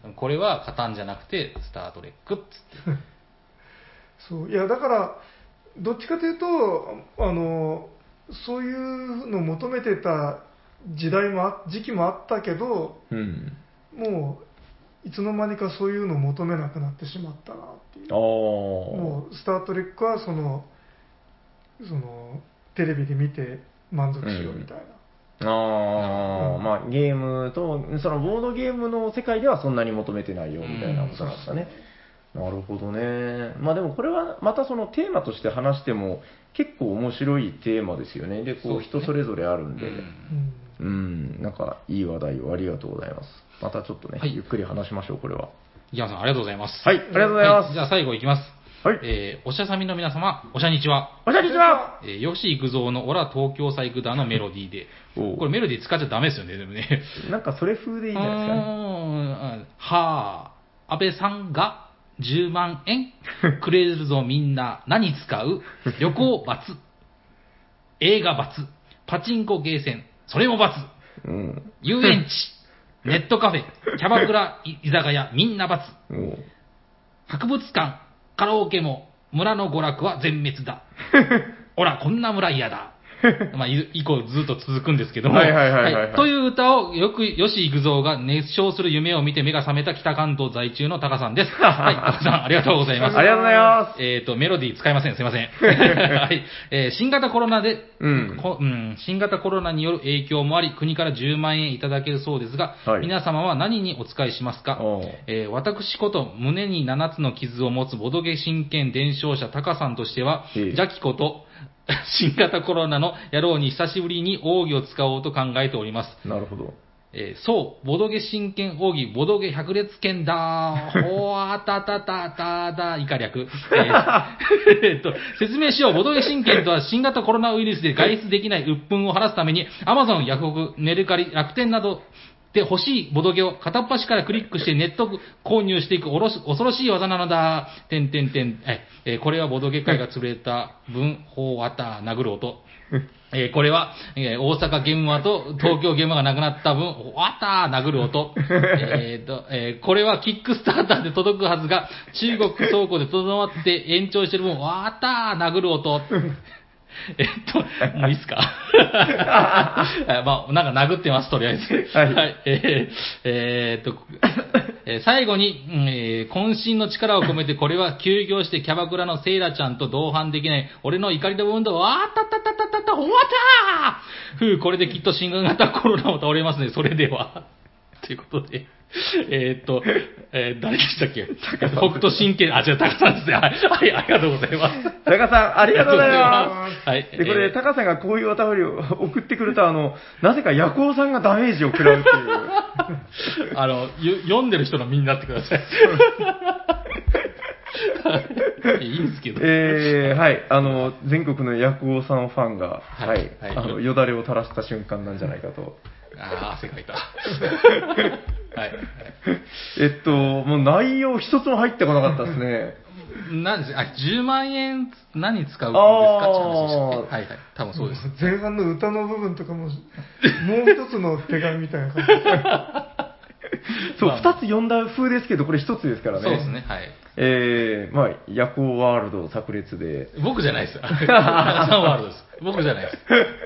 S2: うん
S1: これはカタンじゃなくてスター・トレックっつって
S2: そういやだからどっちかというとあのそういうのを求めてた時代もあ時期もあったけど
S3: うん
S2: もういつの間にかそういうのを求めなくなってしまったなっていう
S3: ああ
S2: もう「スター・トレック」はそのそのテレビで見て満足しようみたい
S3: あ
S2: な、
S3: あ、
S2: うん
S3: まあゲームと、そのボードゲームの世界ではそんなに求めてないよみたいなことなんですかね。なるほどね。まあでもこれはまたそのテーマとして話しても結構面白いテーマですよね。で、こ
S1: そう
S3: う
S1: ですね
S3: 人それぞれあるんで。
S1: うん
S2: うん
S3: うん、なんかいい話題をありがとうございます。またちょっとね、
S1: はい
S3: ゆっくり話しましょう、これは。
S1: 池山さんありがとうございます
S3: はい、ありがとうござい
S1: は
S3: ま
S1: じゃあ最後いきます
S3: す。はい。
S1: えーおしゃさみの皆様おしゃにちは
S3: おしゃにちは
S1: えー、吉幾三の「オラ東京サイクダー」のメロディーで
S3: おう
S1: これメロディー使っちゃダメですよねでもね
S3: なんかそれ風でいいんじゃないですか
S1: う
S3: ね。
S1: ーんはあ、安倍さんが10万円くれるぞみんな、何使う旅行罰、映画罰、パチンコゲーセン、それも罰、
S3: うん。
S1: 遊園地、ネットカフェ、キャバクラ、い居酒屋、みんな罰、
S3: おう
S1: 博物館、カラオケも、村の娯楽は全滅
S3: (laughs)
S1: だ。ほら、こんな村嫌だ。まあ、い以降ずっと続くんですけども。
S3: はいはいはいはいはい
S1: という歌をよく、吉幾三が熱唱する夢を見て目が覚めた北関東在住のタカさん
S3: (laughs)
S1: です。はい、タカさん、ありがとうござい
S3: あ
S1: ま
S3: り
S1: す。
S3: がとうございます。
S1: えっ、と、メロディー使いません。すいません。
S3: (laughs)
S1: はい。えー新型コロナで、
S3: うん
S1: こうん新型コロナによる影響もあり、国から10万円いただけるそうですが、
S3: はい
S1: 皆様は何にお使いしますか
S3: おう
S1: えー私こと胸に7つの傷を持つボドゲ神剣伝承者タカさんとしては、
S3: ええ
S1: 邪気こと、 (laughs) 新型コロナの野郎に久しぶりに奥義を使おうと考えております。
S3: なるほど。
S1: えーそう、ボドゲ神剣奥義、ボドゲ百裂剣だー、ほわたたたただ、以下略。えー (laughs) えーっと、説明しよう。ボドゲ神剣とは新型コロナウイルスで外出できない鬱憤を晴らすために、Amazon、ヤフオク、メルカリ、楽天など、で欲しいボドゲを片っ端からクリックしてネット購入していくおろし恐ろしい技なのだ。てんてんてん。ええーこれはボドゲ界が潰れた分、法わた、殴る音。えーこれは、えー大阪ゲームマと東京ゲームマがなくなった分、わたー殴る音。えーと、えーこれはキックスターターで届くはずが、中国倉庫でとどまって延長してる分、わたー殴る音。 (laughs) えっと、もういいっすか (laughs) あまあ、なんか殴ってます、とりあえず。
S3: はい
S1: えーえーっと、えー最後に、うんえー渾身の力を込めて、これは休業してキャバクラのセイラちゃんと同伴できない、俺の怒りの運動、あーたたたたたた、終わったーふう、これできっと新型コロナも倒れますね、それでは。ということで。えーっと、えー誰でしたっけ北斗神拳、あ、違う、高さんですね。はい、はいありがとうございます。
S3: タカさん、ありがとうございます。
S1: す。はい。
S3: で、こ
S1: え
S3: れ、
S1: ー
S3: タカさんがこういうお便りを送ってくると、あの、なぜか夜行さんがダメージを食らうっていう。
S1: あの、ゆ読んでる人の身になってくだ
S3: (laughs)
S1: さい。はいいいんです (laughs) けど。
S3: えー、はい、あの、全国の夜行さんファンが、
S1: はい
S3: はい、
S1: はい
S3: あの、よだれを垂らした瞬間なんじゃないかと。
S1: ああ、汗かいた。はい。
S3: えっと、もう内容一つも入ってこなかったです
S1: (laughs)
S3: ね。
S1: 何ですあ、10万円何使うんですかって話でしたっ
S3: あー
S1: けはいはい。多分そうです。
S2: 前半の歌の部分とかももう一つの手紙みたいな感じ
S3: そう、
S1: まあ
S3: 二つ呼んだ風ですけど、これ一つですからね。
S1: そうですね、はい。
S3: えー、まあ、夜行ワールド炸裂で、
S1: 僕じゃ
S3: (laughs)
S1: ないです。田中さんワールドです。僕じゃないです。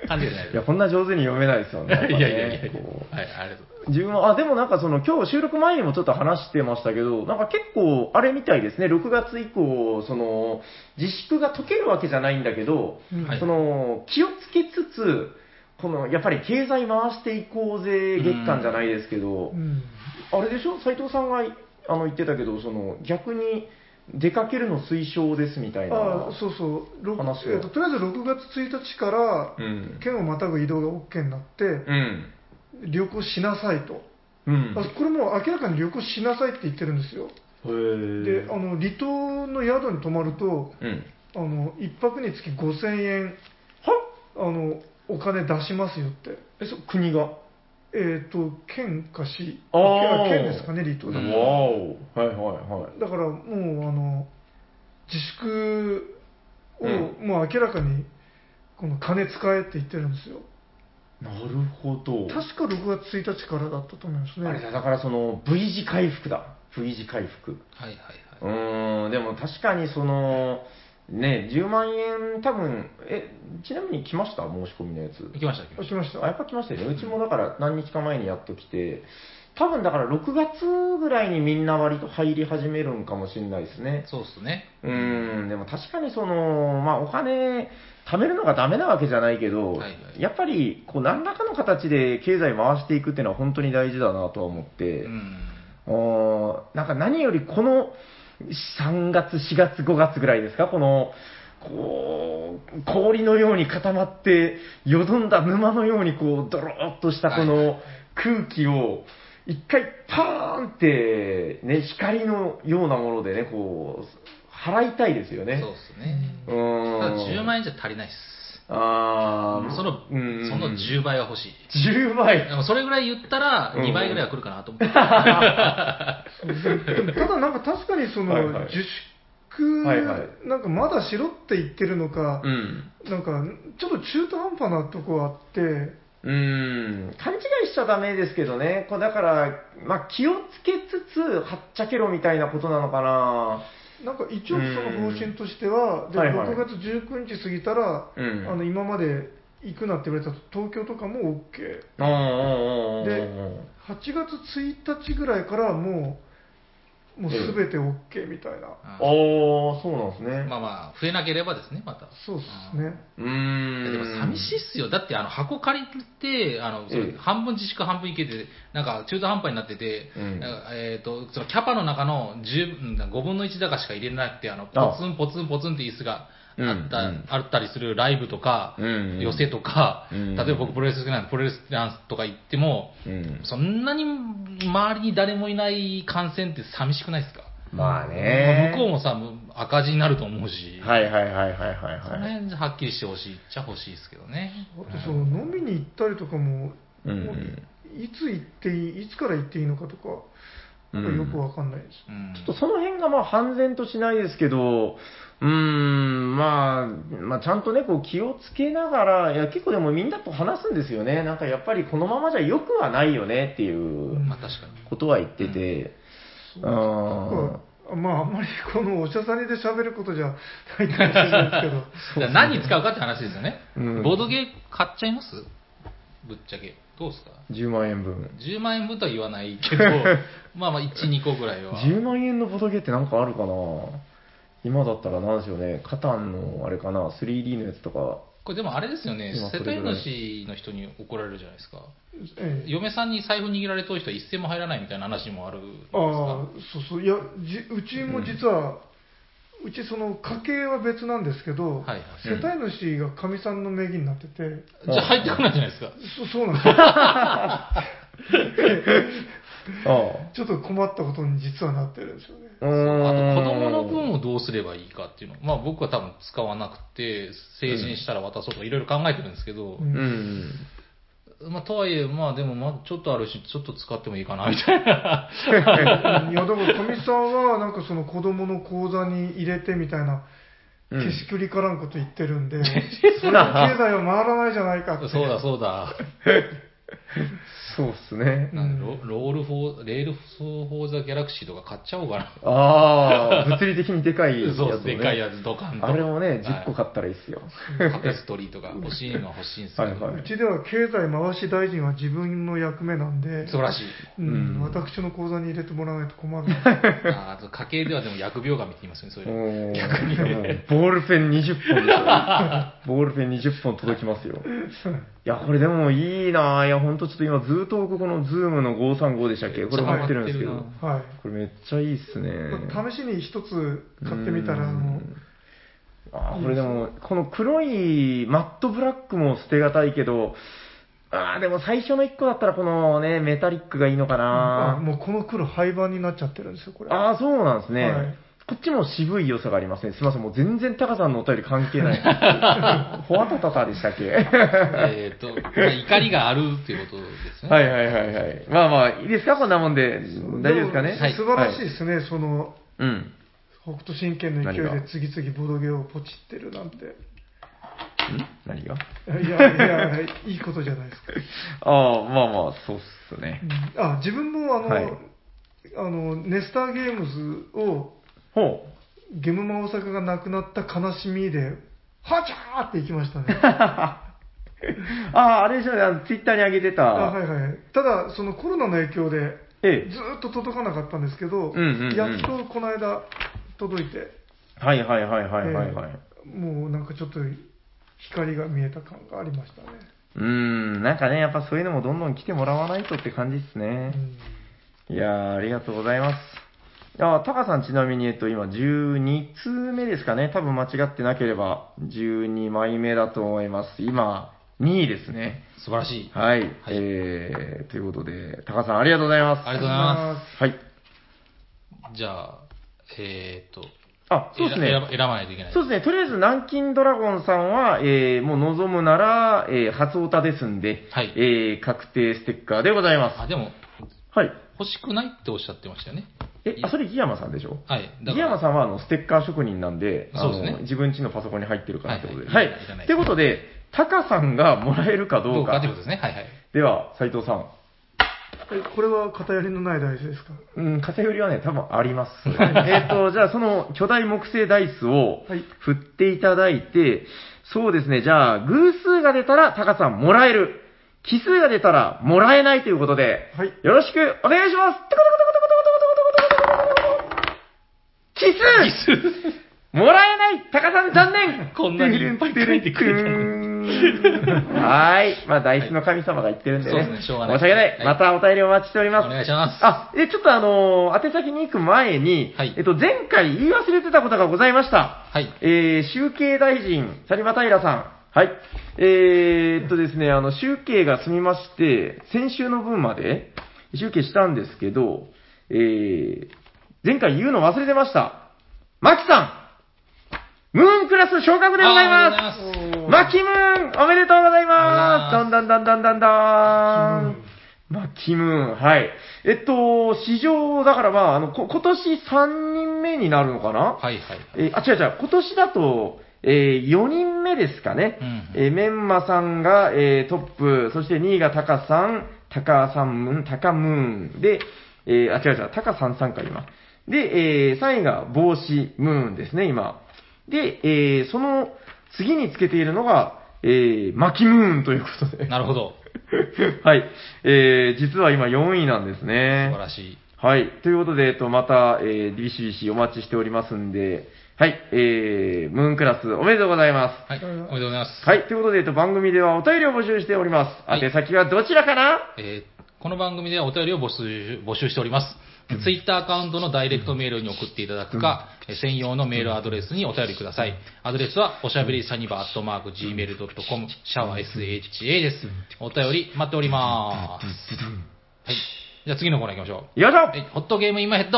S1: 感じてない
S3: い
S1: で
S3: や、
S1: す。
S3: こんな上手に読めないですよね。やっぱ
S1: (laughs) い
S3: ね
S1: やいやいやいや。
S3: こう
S1: はい、ありがとう
S3: 自分は、あ、でもなんかその、今日収録前にもちょっと話してましたけど、なんか結構、あれみたいですね、6月以降、その、自粛が解けるわけじゃないんだけど、
S2: うん
S1: はい
S3: その、気をつけつつ、この、やっぱり経済回していこうぜ、月間じゃないですけど
S2: う、ん
S3: あれでしょ斉藤さんがあの言ってたけど、その、逆に、出かけるの推奨ですみたいな。
S2: ああそうそう、ろく
S3: 話を
S2: えっととりあえず6月1日から
S3: うん。
S2: 県をまたぐ移動が OK になって、
S3: うん。
S2: 旅行しなさいと、
S3: うん。
S2: あこれもう明らかに旅行しなさいって言ってるんですよ、
S3: へー
S2: であの離島の宿に泊まると、
S3: うん。
S2: あの1泊につき5000円あの、お金出しますよって、
S3: え、そ、国が
S2: えっ、と、県か市、
S3: あー
S2: 県ですかね、離島だ
S1: う
S2: か
S1: ん
S2: ら
S3: わお。はいはいはい。
S2: だからもうあの自粛を、
S3: う
S2: もう明らかにこの金使えって言ってるんですよ。
S3: なるほど。
S2: 確か6月1日からだったと思いますね。
S3: あれだ、だからその V 字回復だ。V 字回復。。
S1: はいはいはいう
S3: ーん、でも確かにその、ね、10万円多分、え、ちなみに来ました申し込みのやつ。
S1: 行きました、行きま
S2: あ
S1: し
S2: 来ました。
S3: あ、やっぱ来ましたよね。うちもだから何日か前にやっと来て、多分だから6月ぐらいにみんな割と入り始めるんかもしれないですね
S1: た。。そうっすね。
S3: うーん、でも確かにその、まあ、お金貯めるのがダメなわけじゃないけど、
S1: はいはい
S3: やっぱりこう何らかの形で経済回していくっていうのは本当に大事だなとは思って、
S1: うん。
S3: おーなんか何よりこの3月、4月、5月ぐらいですか、この、こう、氷のように固まって、よどんだ沼のようにこう、ドローっとしたこの空気を、一回パーンって、ね、光のようなものでね、こう、払いたいですよね。
S1: そうっすね。
S3: うー
S1: た
S3: ん。
S1: だ10万円じゃ足りないっす。
S3: あー
S1: その、そ
S3: うん
S1: の10倍は欲しい。
S3: 10倍。
S1: でもそれぐらい言ったら
S3: うん
S1: 2倍ぐらいは来るかなと思って。
S2: ただなんか確かにその
S3: はいはい
S2: 自粛、
S3: はいはい
S2: なんかまだしろって言ってるのか、
S3: うん。
S2: なんかちょっと中途半端なとこあって、
S3: うーん、勘違いしちゃダメですけどね、こうだから、まあ、気をつけつつ、はっちゃけろみたいなことなのかな、
S2: なんか一応その方針としては、
S3: うん
S2: で
S3: はいはい
S2: 6月19日過ぎたら、
S3: うん、
S2: あの今まで行くなって言われた東京とかも OK。
S3: うんうんうんうんうん
S2: で8月1日ぐらいからもう、もうすべて OK みたいな、
S1: あー
S3: ああ、そうなんですね、
S1: まあまあ、増えなければですね、また。
S2: そうですね、
S3: うーん、
S1: でも寂しいっすよ。だって、あの、箱借りて、あの、それ
S3: ええ
S1: 半分自粛半分いけて、なんか中途半端になってて、
S3: うん
S1: なんかえっ、と、そのキャパの中の10うん5分の1だかしか入れなくて、あの、
S3: あ
S1: ポツンポツンポツンって椅子が
S3: うん
S1: あった、
S3: うん
S1: あったりするライブとか、
S3: うん
S1: 寄せとか、
S3: うん
S1: 例えば僕プロレス好きなんで、プロレスダンスとか行っても、
S3: うん、
S1: そんなに周りに誰もいない感染って寂しくないですか、
S3: まあね、
S1: 向こうもさ、もう赤字になると思うし、
S3: はいはいはいはいはい
S1: その
S3: はい、
S1: 辺はっきりしてほしいっちゃほしいですけどね。
S2: あとその飲みに行ったりとかも、
S3: うんうん
S2: もいつ行っていい、いつから行っていいのかとか、なんかよくわかんないです。
S1: うん
S3: ちょっとその辺がまあ半然としないですけど、うーん、まあ、まあ、ちゃんとね、こう気をつけながら、いや、結構でもみんなと話すんですよね。なんかやっぱりこのままじゃ良くはないよねっていう
S1: まあ確かに。
S3: ことは言ってて、う
S2: なん
S3: ん
S2: か、まあ、あんまりこのおしゃさりで喋ることじゃないかもしれないで
S1: だ
S2: す
S1: から何に使うかって話ですよね。
S3: うん
S1: ボードゲー買っちゃいますぶっちゃけ。どうですか
S3: 10万円分。
S1: 10万円分とは言わないけ
S3: (laughs)
S1: ど、まあまあ1、2個ぐらいは。
S3: 10万円のボトゲってなんかあるかな今だったらなんでしょうね、カタンのあれかな、3D のやつとか。
S1: これでもあれですよね
S3: 今、そ
S1: 世
S3: れぐら
S1: 帯
S3: い
S1: 主の人に怒られるじゃないですか。
S2: けど、ええ、
S1: 嫁さんに財布握られとる人は一銭も入らないみたいな話もあるんです
S2: ああ
S1: か。、
S2: そうそう、いや、じうちも実は、うちその家計は別なんですけど、
S1: はいはい
S2: 世帯主がかみさんの名義になってて、
S1: じゃあ入ってこないじゃないですか。
S2: そそうなんですよ。
S3: ああ。
S2: ちょっと困ったことに実はなってるんですよね。
S3: うーん
S1: あと子供の分をどうすればいいかっていうの。まあ僕は多分使わなくて、成人したら渡そうとかいろいろ考えてるんですけど、
S2: うん
S3: (laughs) うん。
S1: まあ、とはいえ、まあでも、まあ、ちょっとあるし、ちょっと使ってもいいかな、み
S3: (laughs)
S1: たいな。 (laughs)
S2: いや、だからかみさんは、なんかその子供の口座に入れてみたいな、
S3: うん
S2: けしくりからんこと言ってるんで、それは経済は回らないじゃないかって。
S1: そうだ、そうだ。
S3: そうっすね。
S1: なんでロロールフォー、レールフォーザギャラクシーとか買っちゃおうかな。 (laughs)
S3: ああ、物理的にでかいやつ、ね。
S1: そう、でかいやつドカンと。
S3: あれもね、
S1: はい
S3: 10個買ったらいいっすよ。
S1: タペストリーとか欲しいのは欲しいんですけど。
S3: (laughs) はいは
S2: うちでは経済回し大臣は自分の役目なんで、
S1: 素晴らしい。
S2: う、
S3: うんん
S2: 私の口座に入れてもらわないと困る。
S1: あーあと家計ではでも疫病神って言いますよね、それ。
S3: もう
S1: 逆にね。
S3: ボールペン20本
S1: (laughs)
S3: でしょボールペン20本届きますよ。いや、これでもいいなぁ。いや、ほんとちょっと今ずっと僕このズームの535でしたっけこれ持ってるんですけ
S1: は
S3: ど
S1: い。
S2: はい。
S3: これめっちゃいいっすね。
S2: 試しに一つ買ってみたら、あ
S3: う
S2: の
S3: んあーこれでも、この黒いマットブラックも捨てがたいけど、ああ、でも最初の1個だったらこのね、メタリックがいいのか
S2: あ
S3: な
S2: もうこの黒廃盤になっちゃってるんですよ、これ。
S3: ああ、そうなんですね。
S2: はい
S3: こっちも渋い良さがありますね。すいません、もう全然タカさんのお便り関係
S2: (laughs)
S3: ない。ホワタタタでしたっけ
S1: えっと、まあ怒りがあるっていうことですね。
S3: はいはいはいはい。まあまあ、いいですかこんなもんで。大丈夫ですかね
S2: も素晴らし
S3: は
S2: いですね、その、
S3: うん。
S2: 北斗神拳の勢い
S3: 何
S2: で
S3: が
S2: 次々ボドゲをポチってるなんて。
S3: 何が
S2: いやいや、いやいいことじゃないですか。
S3: ああ、まあまあ、そうっすね
S2: う。んあ、自分もあの、
S3: はい
S2: あの、ネスターゲームズを、
S3: ほう。
S2: ゲムマ大阪が亡くなった悲しみで、はちゃーって行きましたね。
S3: (laughs) ああ、あれでしょ、あのツイッターに上げて
S2: あ
S3: た。
S2: はいはい。ただ、そのコロナの影響で、
S3: え
S2: ずーっと届かなかったんですけど、
S3: うんうんうん
S2: やっとこの間届いて、
S3: え。はいはいはいはいはいはい。
S2: えーもうなんかちょっと光が見えた感がありましたね。
S3: うーん、なんかね、やっぱそういうのもどんどん来てもらわないとって感じですね。いやー、ありがとうございます。あータカさんちなみに、えっと、今、12通目ですかね。多分間違ってなければ、12枚目だと思います。今、2位ですね。
S1: 素晴らしい。
S3: はい。えー、ということで、タカさんありがとうございます。。
S1: ありがとうございます
S3: はい。
S1: す。じゃあ、えーっと、
S3: あ、そうですね。
S1: 選ば選ばないといけない。
S3: そうですね、とりあえず南京ドラゴンさんは、えーもう望むなら、えー初オタですんで、
S1: はい
S3: えー確定ステッカーでございま
S1: あ、でも、
S3: す。はい。
S1: 欲しくないっておっしゃってましたよね。
S3: え、あそれ、ギヤマさんでしょ
S1: はい。
S3: ギヤマさんはあのステッカー職人なんで、あの
S1: そうですね
S3: 自分家のパソコンに入ってるからってことで。は。
S1: はいい
S3: と、、
S1: はいいらないいう
S3: ことで、タカさんがもらえるかど
S1: ど
S3: う
S1: うか
S3: か。
S1: ということですね。
S3: (laughs)
S1: はいはい。
S3: では、斉藤さん。
S2: えこれは偏りのない大事ですか
S3: うん、偏りはね、多分あります。えっと、じゃあその巨大木製ダイスを
S2: はい
S3: 振っていただいて、そうですね、じゃあ偶数が出たらタカさんもらえる。奇数が出たらもらえないということで、
S2: はい
S3: よろしくお願いします奇数もらえないタカさん残念
S1: こんなにいっぱい書いてくれたのに
S3: はーい。まあ、ダイスの神様が言ってるんでね。
S1: はいそうですねしょうがない
S3: 申し訳ない。
S1: はい
S3: またお便りお待ちしております。
S1: お願いします。
S3: あ、え、ちょっとあのー宛先に行く前に、
S1: はい
S3: えっと、前回言い忘れてたことがございました。
S1: はい。
S3: えー、集計大臣、サリバタイラさん。はい。えー、っとですね、あの、集計が済みまして、先週の分まで集計したんですけど、えー、前回言うの忘れてました。マキさんムーンクラス昇格でございます
S1: ありがとうございます
S3: マキムーンおめでとうございます
S1: あ
S3: どん
S1: り
S3: どんどんどんどんどーんマキムーン、はい。えっと、史上、だからまあ、あの、こ今年3人目になるのかな
S1: はいはい。
S3: えーあ、違う違う、今年だと、え4人目ですかね。
S1: うん
S3: えーメンマさんが、えートップ、そして2位がタカさん、タカさんムーン、タカムーンで、えーあ、違う違う、タカさんさんか、今。で、え3位が帽子、ムーンですね、今。で、えーその次につけているのが、えーマキムーンということで。
S1: なるほど。
S3: (laughs) はい。えー実は今4位なんですね。
S1: 素晴らしい。
S3: はい。ということで、えっと、また、えー、ビシビシお待ちしておりますんで、はい、えー、ムーンクラスおめでとうございます。
S1: はい。おめでとうございます。
S3: はい。ということで、えっと、番組ではお便りを募集しております。
S1: はい
S3: 宛先はどちらかな
S1: えーこの番組ではお便りを募集募集しております。ツイッターアカウントのダイレクトメールに送っていただくか、えー専用のメールアドレスにお便りください。アドレスは、おしゃべりサニバーアットマーク Gmail.com、シャワー SHA です。お便り待っております。はい。じゃあ次のコーナー行きましょ
S3: よいし
S1: う。は
S3: ょ
S1: い、ホットゲーム今ヘッド
S3: ど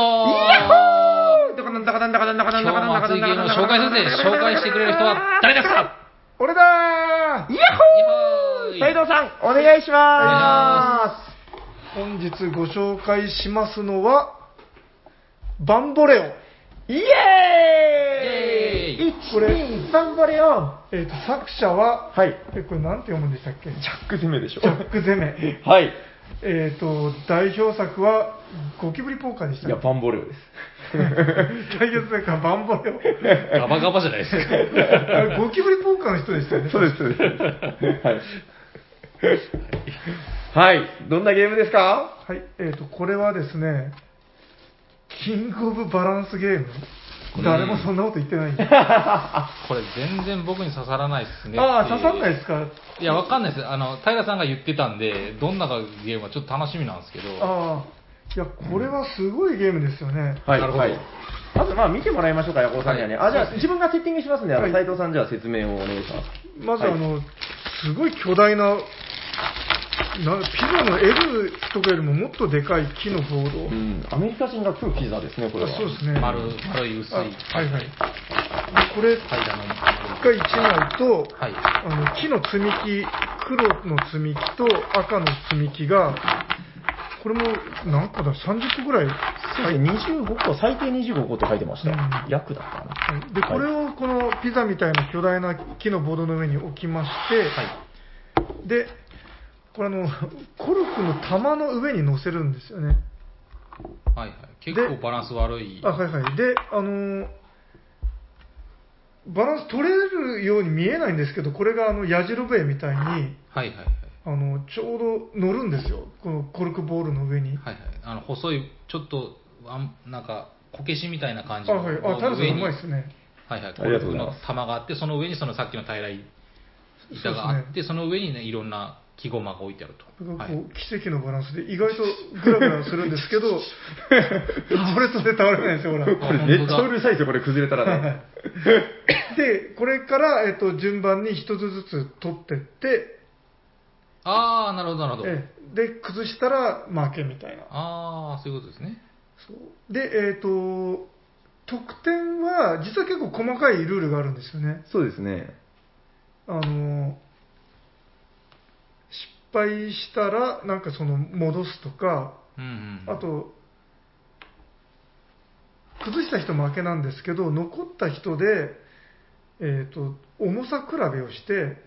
S3: こなんだかなんだかなんだか
S1: 今
S3: な
S1: 日
S3: んだか
S1: も
S3: なんだか
S1: 熱
S3: ないん
S1: ゲ
S3: だ
S1: ー
S3: か
S1: ム
S3: な
S1: を紹介
S3: んだか
S1: するぜ。紹介してくれる人は誰ですか
S2: 俺だー
S3: イヤホー
S1: イエーイ
S3: 斉藤さん、お願いしま
S2: 本日ご紹介しますのは、バンボレオ。
S3: すイエー
S1: イエー
S3: イ
S1: イ
S3: !1、2、3、これを
S2: えっ、と、作者は、
S3: はい。
S2: えこれなんて読むんでしたっ
S3: チ
S2: け
S3: ャック攻めでしょ
S2: ジャック・ゼメ。
S3: はい。
S2: えっ、と、代表作は、ゴキブリポーカーでした
S3: いや、
S2: ね。
S3: バンボレオです。
S2: (laughs) 代表作はバンボレオ。
S1: ガバガバじゃないですか。
S2: あれゴキブリポーカーの人でしたよね。
S3: そうです、そうです。はい。はい。どんなゲームですか
S2: はい、えっ、と、これはですね、キングオブバランスゲーム。誰もそんなこと言ってな
S3: (laughs)
S2: いんで。
S1: これ全然僕に刺さらないですね。
S2: ああ、刺さんない
S1: で
S2: ですか
S1: す。いや、わかんないです。あの、平さんが言ってたんで、どんなゲームかちょっと楽しみなんですけど。
S2: ああ、いや、これはすごいゲームですよね。
S3: はい。
S1: なるほど
S3: はい。あと、まあ、見てもらいましょうか、ヤコウさんにはね。
S1: はい
S3: あ、じゃあ、自分がセッティングしますんで、あ
S2: は
S3: の、
S2: い
S3: 斎藤さん、じゃあ説明をお願いします。
S2: まず、
S3: はい
S2: あの、すごい巨大な、なピザの L とかよりももっとでかい木のボード。
S3: うん。アメリカ人が食うピザですね、これは。
S2: あそうですね。
S1: 丸、丸い薄い。
S2: あはいはい。これが
S1: 平らの。
S2: 1枚と、
S1: はい。
S2: あの木の積み木、黒の積み木と赤の積み木が、これも何個だ、30個ぐらい。
S3: そうですね。25個、最低25個って書いてました
S2: うん。
S3: 約だったかな。
S2: で、
S3: はい (laughs)
S2: これをこのピザみたいな巨大な木のボードの上に置きまして、
S1: はい。
S2: で、これあの、コルクの玉の上に乗せるんですよね。
S1: はいはい。結構バランス悪い。
S2: あ、はいはい。で、あのーバランス取れるように見えないんですけど、これがあの、矢印笛みたいに、
S1: はいはいはい。
S2: あの、ちょうど乗るんですよ。このコルクボールの上に。
S1: はいはい。あの、細い、ちょっと、あんなんか、こけしみたいな感じの。
S2: あ、はい。あ、タルさんうまいですね。
S1: はいはい、
S3: ありがとうございます
S1: コルクの玉があって、その上にそのさっきの平らい板があって、そ,、の上にね、いろんな木ごまが置いてある
S2: こ
S1: と。
S2: う
S1: はい、
S2: 奇跡のバランスで、意外とグラグラするんですけ
S1: (laughs)
S2: ど、倒れそうで倒れないんですよ、ほら。
S3: これめっちゃうるさいですよ、これ崩れたらね。
S2: で、これから、えっと、順番に一つずつ取ってって、
S1: あー、なるほど、なるほど。
S2: ええで、崩したら負けみたいな。
S1: あー、そういうことですね。
S2: そうで、えっ、と、得点は、実は結構細かいルールがあるんですよね。
S3: そうですね。
S2: あの、失敗したら、なんかその、戻すとか、
S1: うんうん。
S2: あと、崩した人負けなんですけど、残った人で、えー、と重さ比べをして、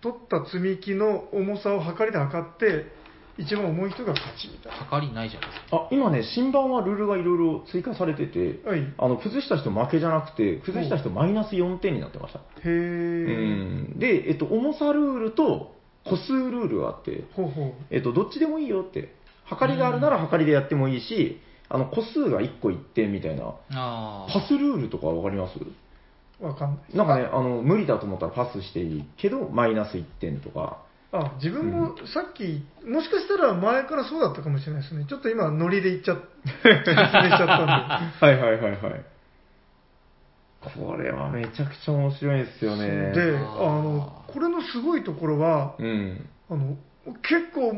S2: 取った積み木の重さを測りで測って、一番重い人が勝ちみたい
S1: はかりないじゃないです
S3: あ、今ね、新版はルールがいろいろ追加されてて、
S2: な。はい。へ
S3: あの、崩した人負けじゃなくて、崩した人マイナス4点になってました。
S2: え。
S3: うんで、えっと、重さルールと個数ルールがあって、
S2: ほうほう。
S3: えっと、どっちでもいいよって、測りがあるなら測りでやってもいいし、あの個数が1個1点みたいな、
S1: か。あー。
S3: パスルールとかわかります
S2: わかんない。
S3: なんかね、あの無理だと思ったらパスしていいけど、マイナス1点とか、
S2: あ、自分もさっき、もしかしたら前からそうだったかもしれないですね。ちょっと今、ノリで言っちゃっ、説明しちゃっ
S3: はいはいはいはい。これはめちゃくちゃ面白いんですよ
S2: たんで。
S3: ね。
S2: で、あの、これのすごいところは、
S3: うん、
S2: あの結構、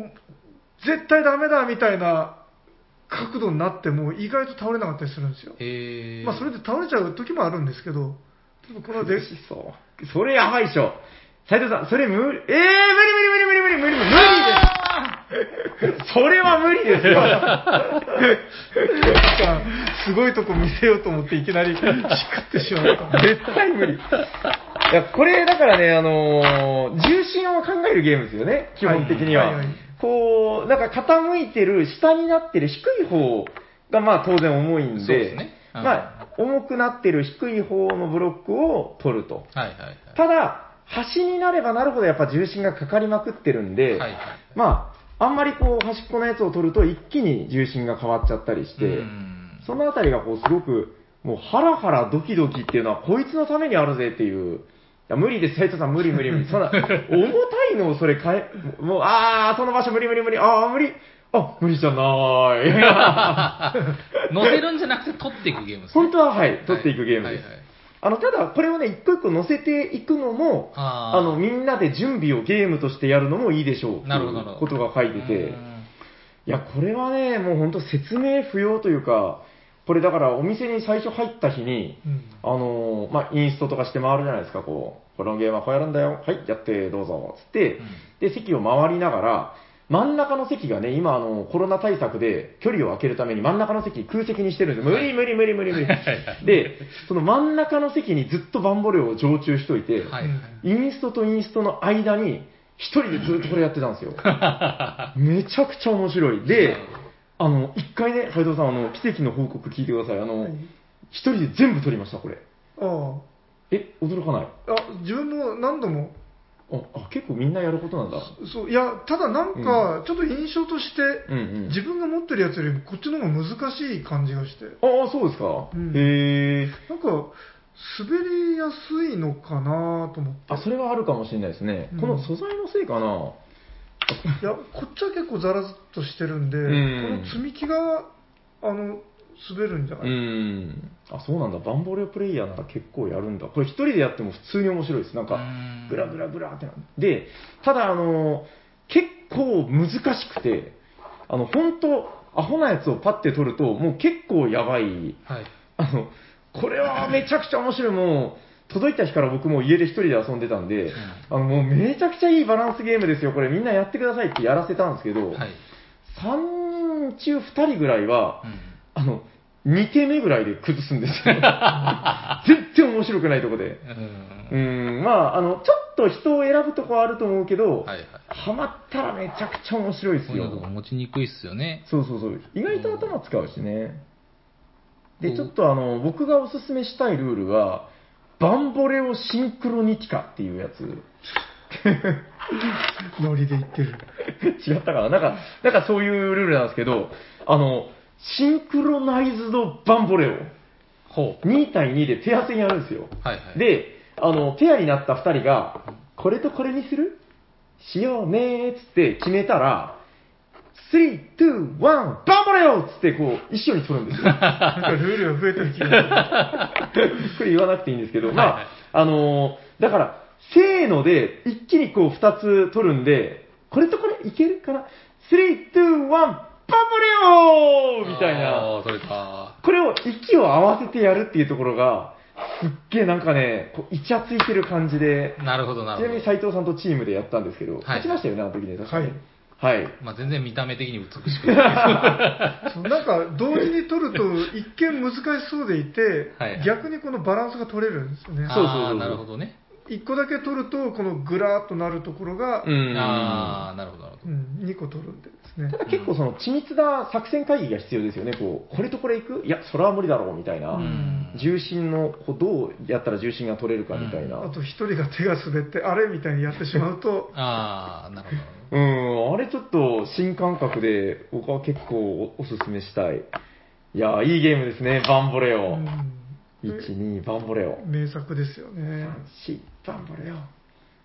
S2: 絶対ダメだみたいな角度になっても、意外と倒れなかったりするんですよ。
S1: へー。
S2: まあ、それで倒れちゃう時もあるんですけど、ちょっとこれはで
S3: 嬉しそう。それやばいっしょ。斉藤さん、それ無理、えー、無理無理無理無理無理無理無理無理です。それは無理ですよ。
S2: なんかすごいとこ見せようと思って、いきなり引っかってし
S1: (laughs)
S2: まった。
S3: 絶対無理。いや、これだからね、あのー重心を考えるゲームですよね、基本的には。
S2: はいはいはい
S3: こう、なんか傾いてる、下になってる低い方が、まあ当然重いんで、
S1: そうですねうん
S3: まあ、重くなってる低い方のブロックを取ると。
S1: はいはいはい。
S3: ただ、端になればなるほどやっぱ重心がかかりまくってるんで、
S1: はいはい
S3: まあ、あんまりこう端っこのやつを取ると一気に重心が変わっちゃったりして、
S1: うん
S3: そのあたりがこうすごく、もうハラハラドキドキっていうのはこいつのためにあるぜっていう、いや無理です、斉藤さん無理無理無理。そんな、重たいのをそれ変え、もう、あー、その場所無理無理無理、あー無理、あ、無理じゃなーい。 (laughs)
S1: 乗せるんじゃなくて取っていくゲームですね。
S3: 本当ははい、取っていくゲーム
S1: はい
S3: で
S1: はい。
S3: す
S1: はい
S3: あの、ただ、これをね、一個一個載せていくのも、
S1: あー
S3: あの、みんなで準備をゲームとしてやるのもいいでしょう。
S1: なるほどなるほど
S3: ことが書いてて。
S1: うん
S3: いや、これはね、もう本当説明不要というか、これだからお店に最初入った日に、
S2: うん
S3: あのーまあ、インストとかして回るじゃないですか、こう、このゲームはこうやるんだよ、はい、やって、どうぞ、つって、で、席を回りながら、真ん中の席がね、今、あの、コロナ対策で距離を空けるために真ん中の席空席にしてるんですよ。無理無理無理無理無理。で、その真ん中の席にずっとバンボレオを常駐しといて、
S1: はいはい。
S3: インストとインストの間に、一人でずっとこれやってたん (laughs) ですよ。めちゃくちゃ面白い。で、あの、一回ね、斉藤さん、あの、奇跡の報告聞いてください。あの、一人で全部撮りました、これ。
S2: あ
S3: え、驚かない
S2: ああ自分も何度も
S3: ああ、結構みんなやることなんだ。
S2: そういやただなんかちょっと印象として、
S3: うんうん。
S2: 自分が持ってるやつよりもこっちの方が難しい感じがして
S3: ああ、そうですか。
S2: うん
S3: へえ。
S2: なんか滑りやすいのかなと思って
S3: あ、それはあるかもしれないですね。
S2: うん
S3: この素材のせいかな。
S2: いやこっちは結構ザラッとしてるんで、
S3: うん
S2: この積み木があの滑るんじゃな
S3: う
S2: い、
S3: ん。あ、そうなんだ。バンボレープレイヤーなら結構やるんだ。これ一人でやっても普通に面白いです。なんか、 (laughs) グラグラグラってなるで、ただ、あの、結構難しくて、あの、本当アホなやつをパッて取ると、もう結構やばい。
S1: はい。
S3: あの、これはめちゃくちゃ面白い。もう、届いた日から僕もう家で一人で遊んでたんで、あの、もうめちゃくちゃいいバランスゲームですよ。これみんなやってくださいってやらせたんですけど、
S1: はい。
S3: 3人中2人ぐらいは、
S1: うん
S3: あの、2手目ぐらいで崩すんで
S1: (laughs)
S3: すよ。全然面白くないとこで。
S1: うん
S3: うん、まあ、あの、ちょっと人を選ぶとこはあると思うけど、
S1: はいはい。
S3: ハマったらめちゃくちゃ面白いです
S1: こういう
S3: よ
S1: の。とか持ちにくいっすよね。
S3: そうそうそう。意外と頭使うしね。
S1: うん
S3: で、ちょっとあの、僕がおすすめしたいルールは、バンボレオシンクロニティカっていうやつ。 (laughs)
S2: ノリで言ってる
S3: 違ったかななんか、なんかそういうルールなんですけど、あの、シンクロナイズドバンボレオ。
S1: ほ
S3: 2対2でペア戦やるんですよ。
S1: う。はいはい。、
S3: で、あの、ペアになった2人が、これとこれにするしようねーっつって決めたら、3、2、1、バンボレオっつってこう、一緒に取るんで
S1: (laughs)
S3: すよ。
S2: なんかルールが増えてる気がする
S3: (laughs) これ言わなくていいんですけど、まあ、
S1: はいはい
S3: あのーだから、せーので、一気にこう二つ取るんで、これとこれいけるかな ?3、2、1、バブレオーみたいな。
S1: ああ、それか。
S3: これを息を合わせてやるっていうところが、すっげえなんかね、こう、イチャついてる感じで、
S1: なるほどな
S3: ちなみ
S1: る
S3: に
S1: ほど。
S3: 斉藤さんとチームでやったんですけど、勝ちましたよね、あの時ね、確かに。はい。
S1: まあ全然見た目的に美し
S3: (laughs)
S1: くない。
S2: そうなんか同時に取ると一見難しそうでいて、
S1: はい
S2: 逆にこのバランスが取れるんですよね
S3: そうそうそう
S1: あーなるほどね。
S2: 1個だけ取るとこのグラーっとなるところが、
S3: うん。
S1: ああ、なるほどなるほ
S2: う
S1: ど。
S2: ん、2個取るんでですね
S3: ただ結構その緻密な作戦会議が必要ですよね、こう、これとこれいくいや、それは無理だろう、みたいな。
S1: うん
S3: 重心のこうどうやったら重心が取れるかみたいな、う
S2: あと1人が手が滑ってあれみたいにやってしまうと
S1: ああ、なるほどなるほど。
S3: ん、あれちょっと新感覚で僕は結構おおすすめしたいいやーいいゲームですねバンボレオ、
S2: うん
S3: 12バンボレオ
S2: 名作ですよね
S3: 4バンボレオ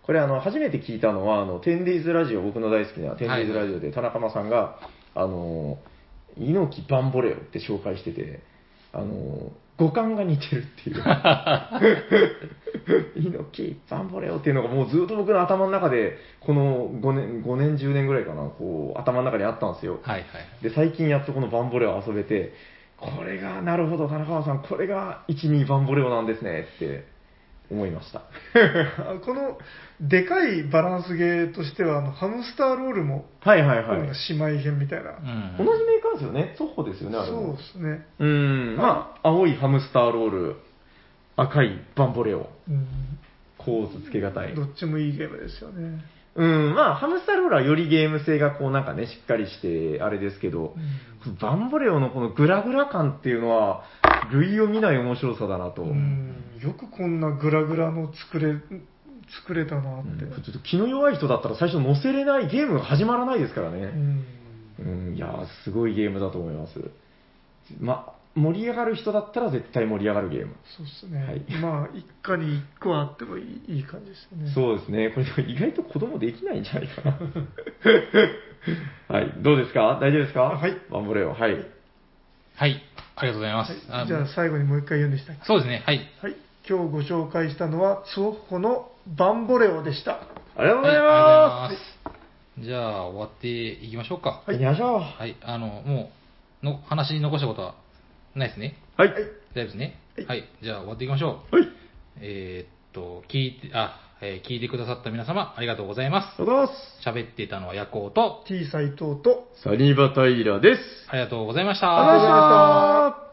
S3: これあの初めて聞いたのはあのテンデイズラジオ僕の大好きなテンデイズラジオで田中間さんが、あのー猪木バンボレオって紹介しててあのー五感が似てるっていう猪木、バンボレオっていうのがもうずっと僕の頭の中で、この5年、5年、10年ぐらいかな、こう、頭の中にあったんですよ。
S1: はいはい。
S3: で、最近やっとこのバンボレオ遊べて、これが、なるほど、田中さん、これが1、2バンボレオなんですねって思いました。 (laughs)
S2: あ (laughs) このでかいバランスゲーとしてはあのハムスターロールも、
S3: はいはい
S2: こう
S3: はいいう
S2: の。が姉妹編みたいな、
S1: うん
S3: 同じメーカーですよね、ソッホですよね、あれ
S2: そう
S3: も。
S2: ですね、
S3: うーん、まあ、青いハムスターロール、赤いバンボレオ、
S2: うん
S3: 構図つけがたい。
S2: どっちもいいゲームですよね、
S3: うん、まあ、ハムスターロールはよりゲーム性がこうなんかね、しっかりして、あれですけど、バンボレオのこのグラグラ感っていうのは、類を見ない面白さだなと。
S2: うんよくこんなグラグラの作れ作れたなっ
S3: うん
S2: て、
S3: ちょっと気の弱い人だったら最初乗せれない、ゲームが始まらないですから
S2: う
S3: ね。
S2: ん
S3: うん、いやー、すごいゲームだと思います。まあ、盛り上がる人だったら絶対盛り上がるゲーム。
S2: そうですね、
S3: はい
S2: まあ一家に一個はあってもいいいい感じですよね
S3: そうですね。これでも意外と子供できないんじゃないかな。はい。どうですか大丈夫ですか
S2: はい。
S3: バンボレオ。はい。
S1: はい。ありがとうございます。
S2: は
S1: あ
S2: い、じゃあ最後にもう一回言うんでしたっけ
S1: そうですね。はい。
S2: はい、今日ご紹介したのはツオッホのバンボレオでした
S3: ありがとうござい
S1: は
S3: ま
S1: いありがとうござい
S3: す。
S1: ますじゃあ、終わっていきましょうか。
S3: はい、行きましょう。は
S1: はい。あの、もう、の、話に残したことはないですね。
S3: い。
S1: 大丈夫ですね
S2: はい。
S1: はい。じゃあ、終わっていきましょう。
S3: はい。
S1: えーっと、聞いて、あ、えー聞いてくださった皆様、ありがとうございま。
S3: ありがとうございます
S1: 喋っていたのは夜行と、
S2: T 斎藤と
S3: す。サニバタイラです。
S1: ありがとうございまし
S3: あ
S1: た。
S2: りがとうございました
S3: た。